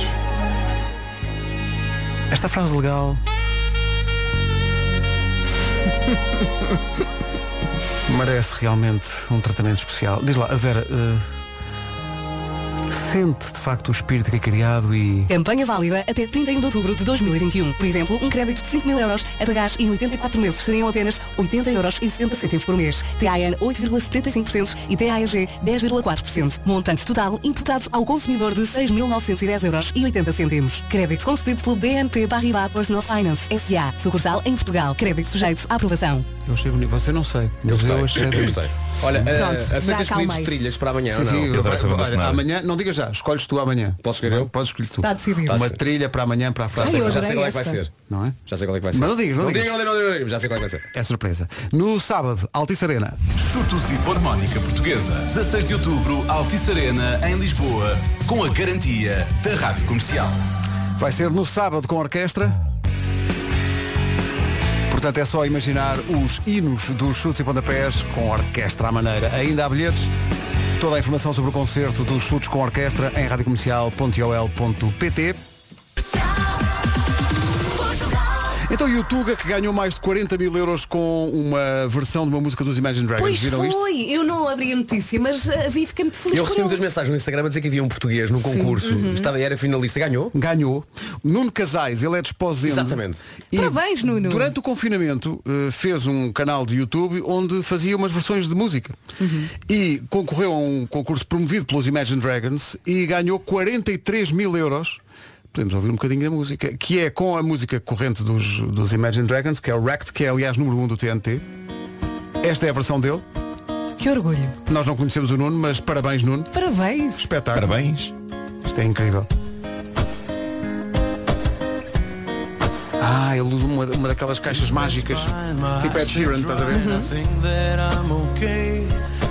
[SPEAKER 1] esta frase legal. Merece realmente um tratamento especial. Diz lá, a Vera, eh, sente de facto o espírito que é criado e.
[SPEAKER 3] Campanha válida até 31 de outubro de 2021. Por exemplo, um crédito de 5 mil euros a pagar em 84 meses seriam apenas 80 euros e 60 cêntimos por mês. TAN 8,75% e TAEG 10,4%. Montante total imputado ao consumidor de 6.910 euros e 80 cêntimos. Crédito concedido pelo BNP Paribas Personal Finance S.A. Sucursal em Portugal. Crédito sujeito à aprovação.
[SPEAKER 1] Eu achei bonito. Você não sei.
[SPEAKER 7] Eu gostei.
[SPEAKER 1] Eu achei
[SPEAKER 7] Eu
[SPEAKER 1] bonito.
[SPEAKER 7] gostei. Olha, eh,
[SPEAKER 3] Pronto, já
[SPEAKER 7] aceitas pedidos de
[SPEAKER 3] acalmei.
[SPEAKER 7] trilhas para amanhã?
[SPEAKER 1] Sim,
[SPEAKER 7] ou não?
[SPEAKER 1] sim, vai- vai- amanhã, não digas já, escolhes tu amanhã.
[SPEAKER 7] Posso escolher eu?
[SPEAKER 1] Podes escolher tu.
[SPEAKER 3] Está decidido.
[SPEAKER 1] Uma trilha para amanhã, para a
[SPEAKER 7] Já
[SPEAKER 1] frase.
[SPEAKER 7] sei,
[SPEAKER 3] eu
[SPEAKER 7] já sei qual é que vai
[SPEAKER 3] adorei esta.
[SPEAKER 7] ser.
[SPEAKER 1] Não é?
[SPEAKER 7] Já sei qual é que vai
[SPEAKER 1] Mas
[SPEAKER 7] ser.
[SPEAKER 1] não digas, não digas.
[SPEAKER 7] digas. Não digas, não digas, já sei qual é que vai ser.
[SPEAKER 1] É surpresa. No sábado, Altice Arena.
[SPEAKER 14] Chutos e Harmónica Portuguesa. 16 de outubro, Altice Arena, em Lisboa, com a garantia da Rádio Comercial.
[SPEAKER 1] Vai ser no sábado com a orquestra. Portanto, é só imaginar os hinos dos chutes e pontapés com orquestra à maneira. Ainda há bilhetes. Toda a informação sobre o concerto dos chutes com orquestra em radiocomercial.ol.pt Então e o Tuga que ganhou mais de 40 mil euros com uma versão de uma música dos Imagine Dragons.
[SPEAKER 3] Pois
[SPEAKER 1] É Viram isto?
[SPEAKER 3] foi, eu não abri a notícia, mas ah, vi e fiquei muito feliz
[SPEAKER 7] Eu
[SPEAKER 3] por
[SPEAKER 7] recebi
[SPEAKER 3] ele.
[SPEAKER 7] muitas mensagens no Instagram a dizer que havia um português num
[SPEAKER 1] Sim.
[SPEAKER 7] concurso.
[SPEAKER 1] Uhum.
[SPEAKER 7] Estava, era finalista, ganhou.
[SPEAKER 1] Ganhou. Nuno Casais, ele é desposente.
[SPEAKER 7] Exatamente.
[SPEAKER 3] Parabéns, Nuno.
[SPEAKER 1] Durante o confinamento eh, fez um canal de YouTube onde fazia umas versões de música.
[SPEAKER 3] Uhum.
[SPEAKER 1] E concorreu a um concurso promovido pelos Imagine Dragons e ganhou 43 mil euros. Podemos ouvir um bocadinho da música, que é com a música corrente dos, dos Imagine Dragons, que é o Wrecked, que é aliás número 1 um do TNT. Esta é a versão dele.
[SPEAKER 3] Que orgulho.
[SPEAKER 1] Nós não conhecemos o Nuno, mas parabéns, Nuno.
[SPEAKER 3] Parabéns.
[SPEAKER 1] Espetáculo.
[SPEAKER 9] Parabéns.
[SPEAKER 1] Isto é incrível. Ah, ele usa uma, uma daquelas caixas mágicas. Tipo Ed Sheeran, estás a ver?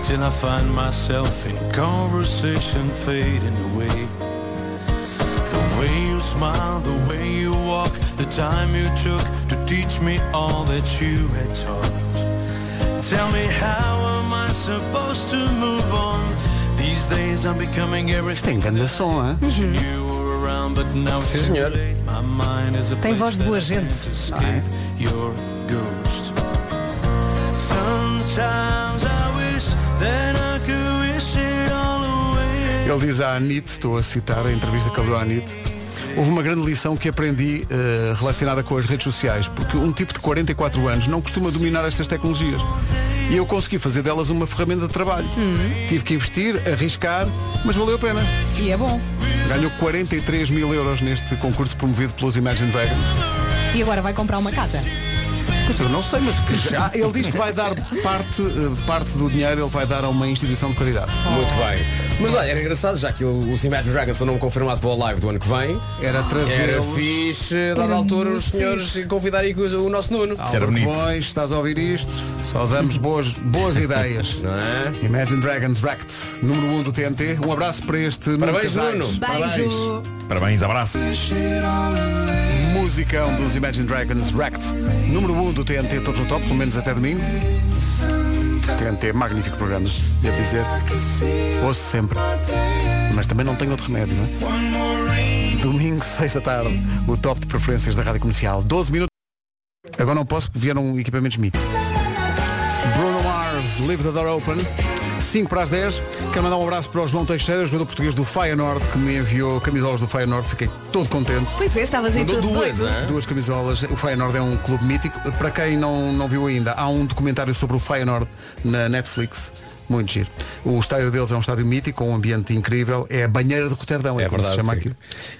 [SPEAKER 15] Till I find myself in conversation fading away. The way you smile, the way you walk, the time you took to teach me all that you had taught. Tell me how am I supposed to move on? These days I'm becoming everything
[SPEAKER 1] Tem é um grande som, hein?
[SPEAKER 15] you were around, but now it's
[SPEAKER 1] Sim,
[SPEAKER 15] too
[SPEAKER 1] senhor.
[SPEAKER 15] late. My mind is a
[SPEAKER 3] Tem voz
[SPEAKER 15] place
[SPEAKER 3] de boa
[SPEAKER 15] that I can't
[SPEAKER 3] gente.
[SPEAKER 15] escape your ghost. Sometimes I wish that I could wish it all away.
[SPEAKER 1] Ele diz à Anitta, estou a citar a entrevista que ele deu à Anitta, houve uma grande lição que aprendi eh, relacionada com as redes sociais, porque um tipo de 44 anos não costuma dominar estas tecnologias. E eu consegui fazer delas uma ferramenta de trabalho. Tive que investir, arriscar, mas valeu a pena.
[SPEAKER 3] E é bom.
[SPEAKER 1] Ganhou 43 mil euros neste concurso promovido pelos Imagine Dragons.
[SPEAKER 3] E agora vai comprar uma casa.
[SPEAKER 1] Pois eu não sei, mas que já ele diz que vai dar parte, eh, parte do dinheiro, ele vai dar a uma instituição de caridade.
[SPEAKER 7] Muito bem. Mas olha, era engraçado, já que o, o Imagine Dragons é um nome confirmado para o live do ano que vem.
[SPEAKER 1] Era trazer
[SPEAKER 7] Era
[SPEAKER 1] ele.
[SPEAKER 7] fixe, a dada
[SPEAKER 1] Era
[SPEAKER 7] altura,
[SPEAKER 1] muito
[SPEAKER 7] os senhores
[SPEAKER 1] fixe.
[SPEAKER 7] convidarem o nosso Nuno.
[SPEAKER 1] Álvaro Cões, estás a ouvir isto? Só damos boas, boas ideias.
[SPEAKER 7] Não é?
[SPEAKER 1] Imagine Dragons Wrecked, número 1 um do TNT. Um abraço para este Nuno
[SPEAKER 7] Parabéns,
[SPEAKER 1] Casais.
[SPEAKER 7] Nuno. Beijo.
[SPEAKER 9] Parabéns, abraço.
[SPEAKER 1] Musicão um dos Imagine Dragons Wrecked, número 1 um do TNT, todos no top, pelo menos até domingo. TNT, magnífico programa, devo dizer. Ouço sempre. Mas também não tenho outro remédio, não é? Domingo, 6 da tarde, o top de preferências da Rádio Comercial. 12 minutos. Agora não posso, porque vieram equipamentos Smith. Bruno Mars, Leave the Door Open. 5 para as 10. Quero mandar um abraço para o João Teixeira, jogador português do Feyenoord, que me enviou camisolas do Feyenoord. Fiquei todo contente.
[SPEAKER 3] Pois é, estavas aí todo doido.
[SPEAKER 7] né?
[SPEAKER 1] Duas camisolas. O Feyenoord é um clube mítico. Para quem não, não viu ainda, há um documentário sobre o Feyenoord na Netflix. Muito giro. O estádio deles é um estádio mítico, um ambiente incrível. É a banheira de Roterdão, é,
[SPEAKER 7] É
[SPEAKER 1] como
[SPEAKER 7] verdade.
[SPEAKER 1] se chama
[SPEAKER 7] sim.
[SPEAKER 1] aqui.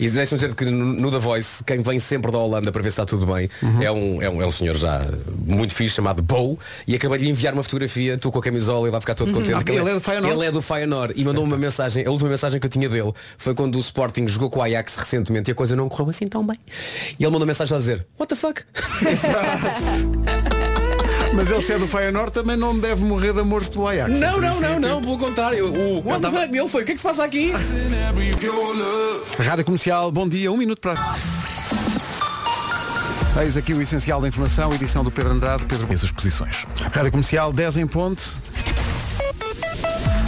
[SPEAKER 7] E deixa-me dizer que no no The Voice, quem vem sempre da Holanda para ver se está tudo bem, é, um, é, um, é um senhor já muito fixe chamado Bo e acabei de lhe enviar uma fotografia, tu com a camisola e vai ficar todo
[SPEAKER 1] Uhum.
[SPEAKER 7] contente.
[SPEAKER 1] Ah,
[SPEAKER 7] que
[SPEAKER 1] ele é do Feyenoord?
[SPEAKER 7] Ele é do Feyenoord e mandou-me uma mensagem, a última mensagem que eu tinha dele foi quando o Sporting jogou com o Ajax recentemente e a coisa não correu assim tão bem. E ele mandou mensagem a dizer, What the fuck?
[SPEAKER 1] Mas ele se é do Feyenoord também não deve morrer de amores pelo
[SPEAKER 7] Não,
[SPEAKER 1] Ajax. é em
[SPEAKER 7] não, não,
[SPEAKER 1] princípio.
[SPEAKER 7] não, pelo contrário. O, o ele, ele foi, o que é que se passa aqui?
[SPEAKER 1] Rádio Comercial, bom dia, um minuto para. Eis aqui o essencial da informação, edição do Pedro Andrade, Pedro
[SPEAKER 9] Essas posições.
[SPEAKER 1] Rádio Comercial, 10 em ponto.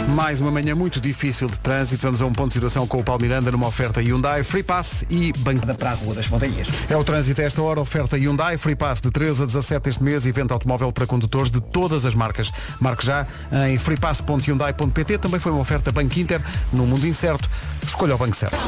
[SPEAKER 1] Mais uma manhã muito difícil de trânsito. Vamos a um ponto de situação com o Paulo Miranda numa oferta Hyundai Free Pass e bancada
[SPEAKER 4] para a Rua das Montanhas.
[SPEAKER 1] É o trânsito a esta hora, oferta Hyundai Free Pass de 13 a 17 este mês, evento automóvel para condutores de todas as marcas. Marque já em freepass.hyundai.pt. Também foi uma oferta Banco Inter no mundo incerto. Escolha o banco certo.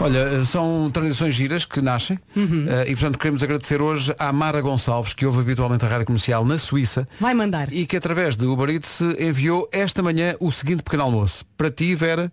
[SPEAKER 1] Olha, eh, são tradições giras que nascem eh, e, portanto, queremos agradecer hoje à Mara Gonçalves, que ouve habitualmente a rádio comercial na Suíça.
[SPEAKER 3] Vai mandar.
[SPEAKER 1] E que, através de Uber Eats, enviou esta manhã o seguinte pequeno almoço. Para ti, Vera,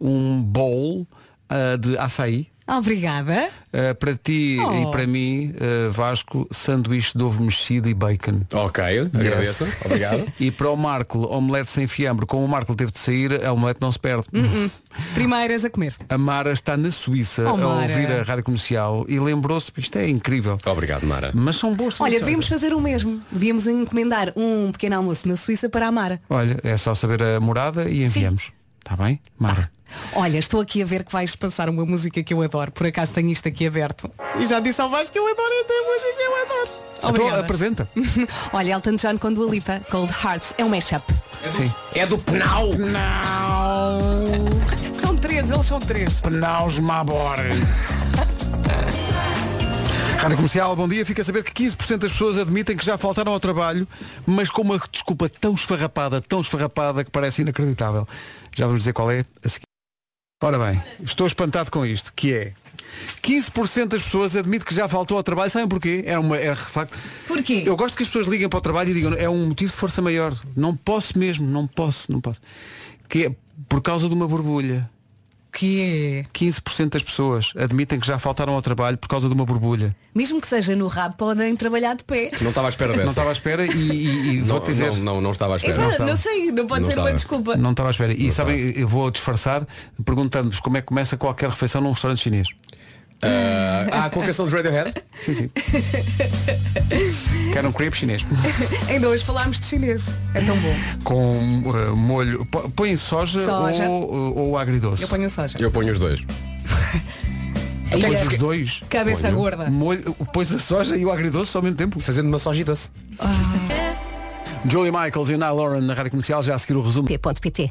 [SPEAKER 1] um bowl ah, de açaí.
[SPEAKER 3] Obrigada.
[SPEAKER 1] Uh, para ti
[SPEAKER 3] Oh.
[SPEAKER 1] e para mim, uh, Vasco, sanduíche de ovo mexido e bacon.
[SPEAKER 7] Ok, agradeço. Obrigado.
[SPEAKER 1] E para o Marco, omelete sem fiambre. Como o Marco teve de sair, a omelete não se perde.
[SPEAKER 3] Hum-hum. Primeiras a comer.
[SPEAKER 1] A Mara está na Suíça
[SPEAKER 3] Oh,
[SPEAKER 1] a
[SPEAKER 3] Mara.
[SPEAKER 1] ouvir a rádio comercial e lembrou-se, isto é incrível.
[SPEAKER 7] Obrigado, Mara.
[SPEAKER 1] Mas são boas tradições.
[SPEAKER 3] Olha, devíamos fazer o mesmo. Devíamos encomendar um pequeno almoço na Suíça para a Mara.
[SPEAKER 1] Olha, é só saber a morada e enviamos. Está bem? Mara.
[SPEAKER 3] Olha, estou aqui a ver que vais passar uma música que eu adoro. Por acaso tenho isto aqui aberto. E já disse ao Vasco que eu adoro esta música, eu adoro. Obrigada.
[SPEAKER 1] Então apresenta.
[SPEAKER 3] Olha, Elton John com Dua Lipa, Cold Hearts, é um mashup.
[SPEAKER 1] Sim.
[SPEAKER 7] É do Penal.
[SPEAKER 1] Penal.
[SPEAKER 3] São três, eles são três.
[SPEAKER 1] Penaus Mabor. Rádio Comercial, bom dia. Fica a saber que 15% das pessoas admitem que já faltaram ao trabalho, mas com uma desculpa tão esfarrapada, tão esfarrapada, que parece inacreditável. Já vamos dizer qual é a seguir. Ora bem, estou espantado com isto, que é 15% das pessoas admite que já faltou ao trabalho. Sabem porquê? É uma é de facto.
[SPEAKER 3] Porquê?
[SPEAKER 1] Eu gosto que as pessoas liguem para o trabalho e digam é um motivo de força maior. Não posso mesmo, não posso, não posso. Que é por causa de uma borbulha.
[SPEAKER 3] Que é?
[SPEAKER 1] 15% das pessoas admitem que já faltaram ao trabalho por causa de uma borbulha.
[SPEAKER 3] Mesmo que seja no rabo, podem trabalhar de pé.
[SPEAKER 7] Não estava à espera dessa.
[SPEAKER 1] Não estava à espera e, e- e
[SPEAKER 7] Não,
[SPEAKER 1] vou-te dizer.
[SPEAKER 7] não, não, não estava à espera.
[SPEAKER 3] É verdade, não sei, não pode
[SPEAKER 1] Não
[SPEAKER 3] ser
[SPEAKER 1] estava.
[SPEAKER 3] uma desculpa.
[SPEAKER 1] Não estava à espera. E sabem, eu vou disfarçar perguntando-vos como é que começa qualquer refeição num restaurante chinês.
[SPEAKER 7] ah, com a canção dos Radiohead?
[SPEAKER 1] Sim, sim. Quero um crepe chinês.
[SPEAKER 3] Ainda hoje falámos de chinês. É tão bom.
[SPEAKER 1] Com eh, molho. P- Põem soja,
[SPEAKER 3] Soja.
[SPEAKER 1] Ou, ou agridoce?
[SPEAKER 3] Eu ponho um soja.
[SPEAKER 7] Eu ponho os dois.
[SPEAKER 3] E
[SPEAKER 1] Pões
[SPEAKER 3] a-
[SPEAKER 1] os dois.
[SPEAKER 3] Cabeça
[SPEAKER 1] Ponho.
[SPEAKER 3] gorda.
[SPEAKER 1] Molho, pões a soja e o agridoce ao mesmo tempo.
[SPEAKER 7] Fazendo uma soja e doce.
[SPEAKER 1] Jolie Michaels e Nile Lauren na Rádio Comercial, já a seguir o resumo.
[SPEAKER 10] P.pt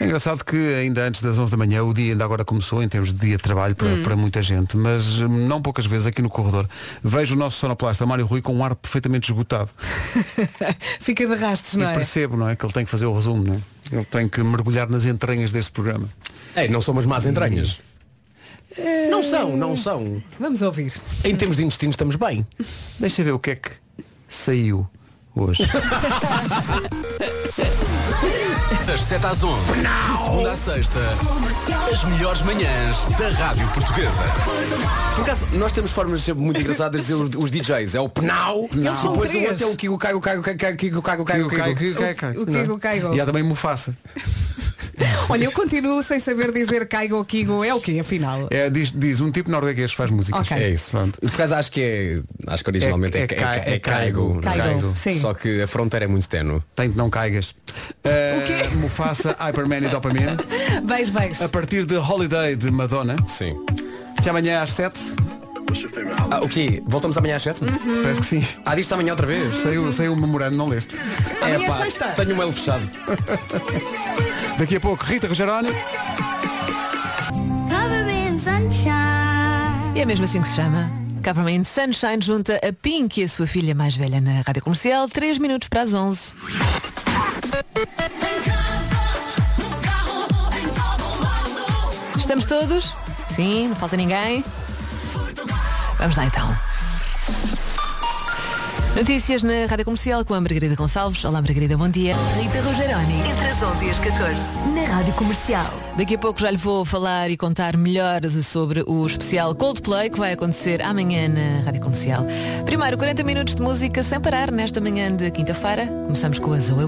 [SPEAKER 1] É engraçado que ainda antes das 11 da manhã o dia ainda agora começou em termos de dia de trabalho para,
[SPEAKER 3] Hum.
[SPEAKER 1] para muita gente, mas hum, não poucas vezes aqui no corredor vejo o nosso sonoplasta Mário Rui com um ar perfeitamente esgotado.
[SPEAKER 3] Fica de rastos, não
[SPEAKER 1] e
[SPEAKER 3] é?
[SPEAKER 1] percebo, não é? Que ele tem que fazer o resumo, não é? Ele tem que mergulhar nas entranhas deste programa.
[SPEAKER 7] Ei, não são umas más entranhas. Não são, não são.
[SPEAKER 3] Vamos ouvir.
[SPEAKER 7] Em termos de intestino estamos bem.
[SPEAKER 1] Deixa ver o que é que saiu hoje.
[SPEAKER 14] Das 7 às 11. De segunda à sexta. As melhores manhãs da Rádio Portuguesa.
[SPEAKER 7] Por acaso, nós temos formas sempre muito engraçadas de dizer os, os DJs. É o Penal,
[SPEAKER 1] Eles são
[SPEAKER 7] depois
[SPEAKER 1] três.
[SPEAKER 7] o outro é o Kiko Caigo, Caigo, Caigo, Caigo, Caigo, Caigo, Caigo,
[SPEAKER 1] Caigo,
[SPEAKER 7] Caigo.
[SPEAKER 1] Caigo, Caigo, Caigo.
[SPEAKER 3] O Kiko Caigo.
[SPEAKER 1] E há também Mufasa.
[SPEAKER 3] Olha, eu continuo sem saber dizer Caigo ou Kigo é o quê, afinal?
[SPEAKER 1] É, diz, diz um tipo norueguês que faz músicas.
[SPEAKER 3] Ok. É isso.
[SPEAKER 1] Pronto.
[SPEAKER 7] Por acaso acho que é. Acho que originalmente é,
[SPEAKER 1] É- é
[SPEAKER 7] é,
[SPEAKER 1] ca-
[SPEAKER 7] é,
[SPEAKER 1] é
[SPEAKER 7] caigo.
[SPEAKER 1] caigo.
[SPEAKER 7] não é?
[SPEAKER 1] Caigo, sim.
[SPEAKER 7] Só que a fronteira é muito tenue.
[SPEAKER 1] Tem de não caigas. o quê? Mufasa, Hyperman e Dopamine.
[SPEAKER 3] Beijo, beijo.
[SPEAKER 1] A partir de Holiday de Madonna.
[SPEAKER 7] Sim.
[SPEAKER 1] Até amanhã às 7.
[SPEAKER 7] Ah, o quê? Voltamos amanhã às 7?
[SPEAKER 1] Parece que sim.
[SPEAKER 7] Ah, disto amanhã outra vez?
[SPEAKER 1] Saiu, saiu um memorando, não leste.
[SPEAKER 3] Amanhã é sexta.
[SPEAKER 7] Tenho um mail fechado.
[SPEAKER 1] Daqui a pouco, Rita Rogeroni.
[SPEAKER 16] E é mesmo assim que se chama. Coverman Sunshine junta a Pink e a sua filha mais velha na rádio comercial. 3 minutos para as 11. Estamos todos? Sim, não falta ninguém. Vamos lá então. Notícias na Rádio Comercial com a Margarida Gonçalves. Olá Margarida, bom dia.
[SPEAKER 10] Rita Rogeroni, entre as 11 e as 14, na Rádio Comercial.
[SPEAKER 16] Daqui a pouco já lhe vou falar e contar melhor sobre o especial Coldplay que vai acontecer amanhã na Rádio Comercial. Primeiro, 40 minutos de música sem parar nesta manhã de quinta-feira. Começamos com a Zoe.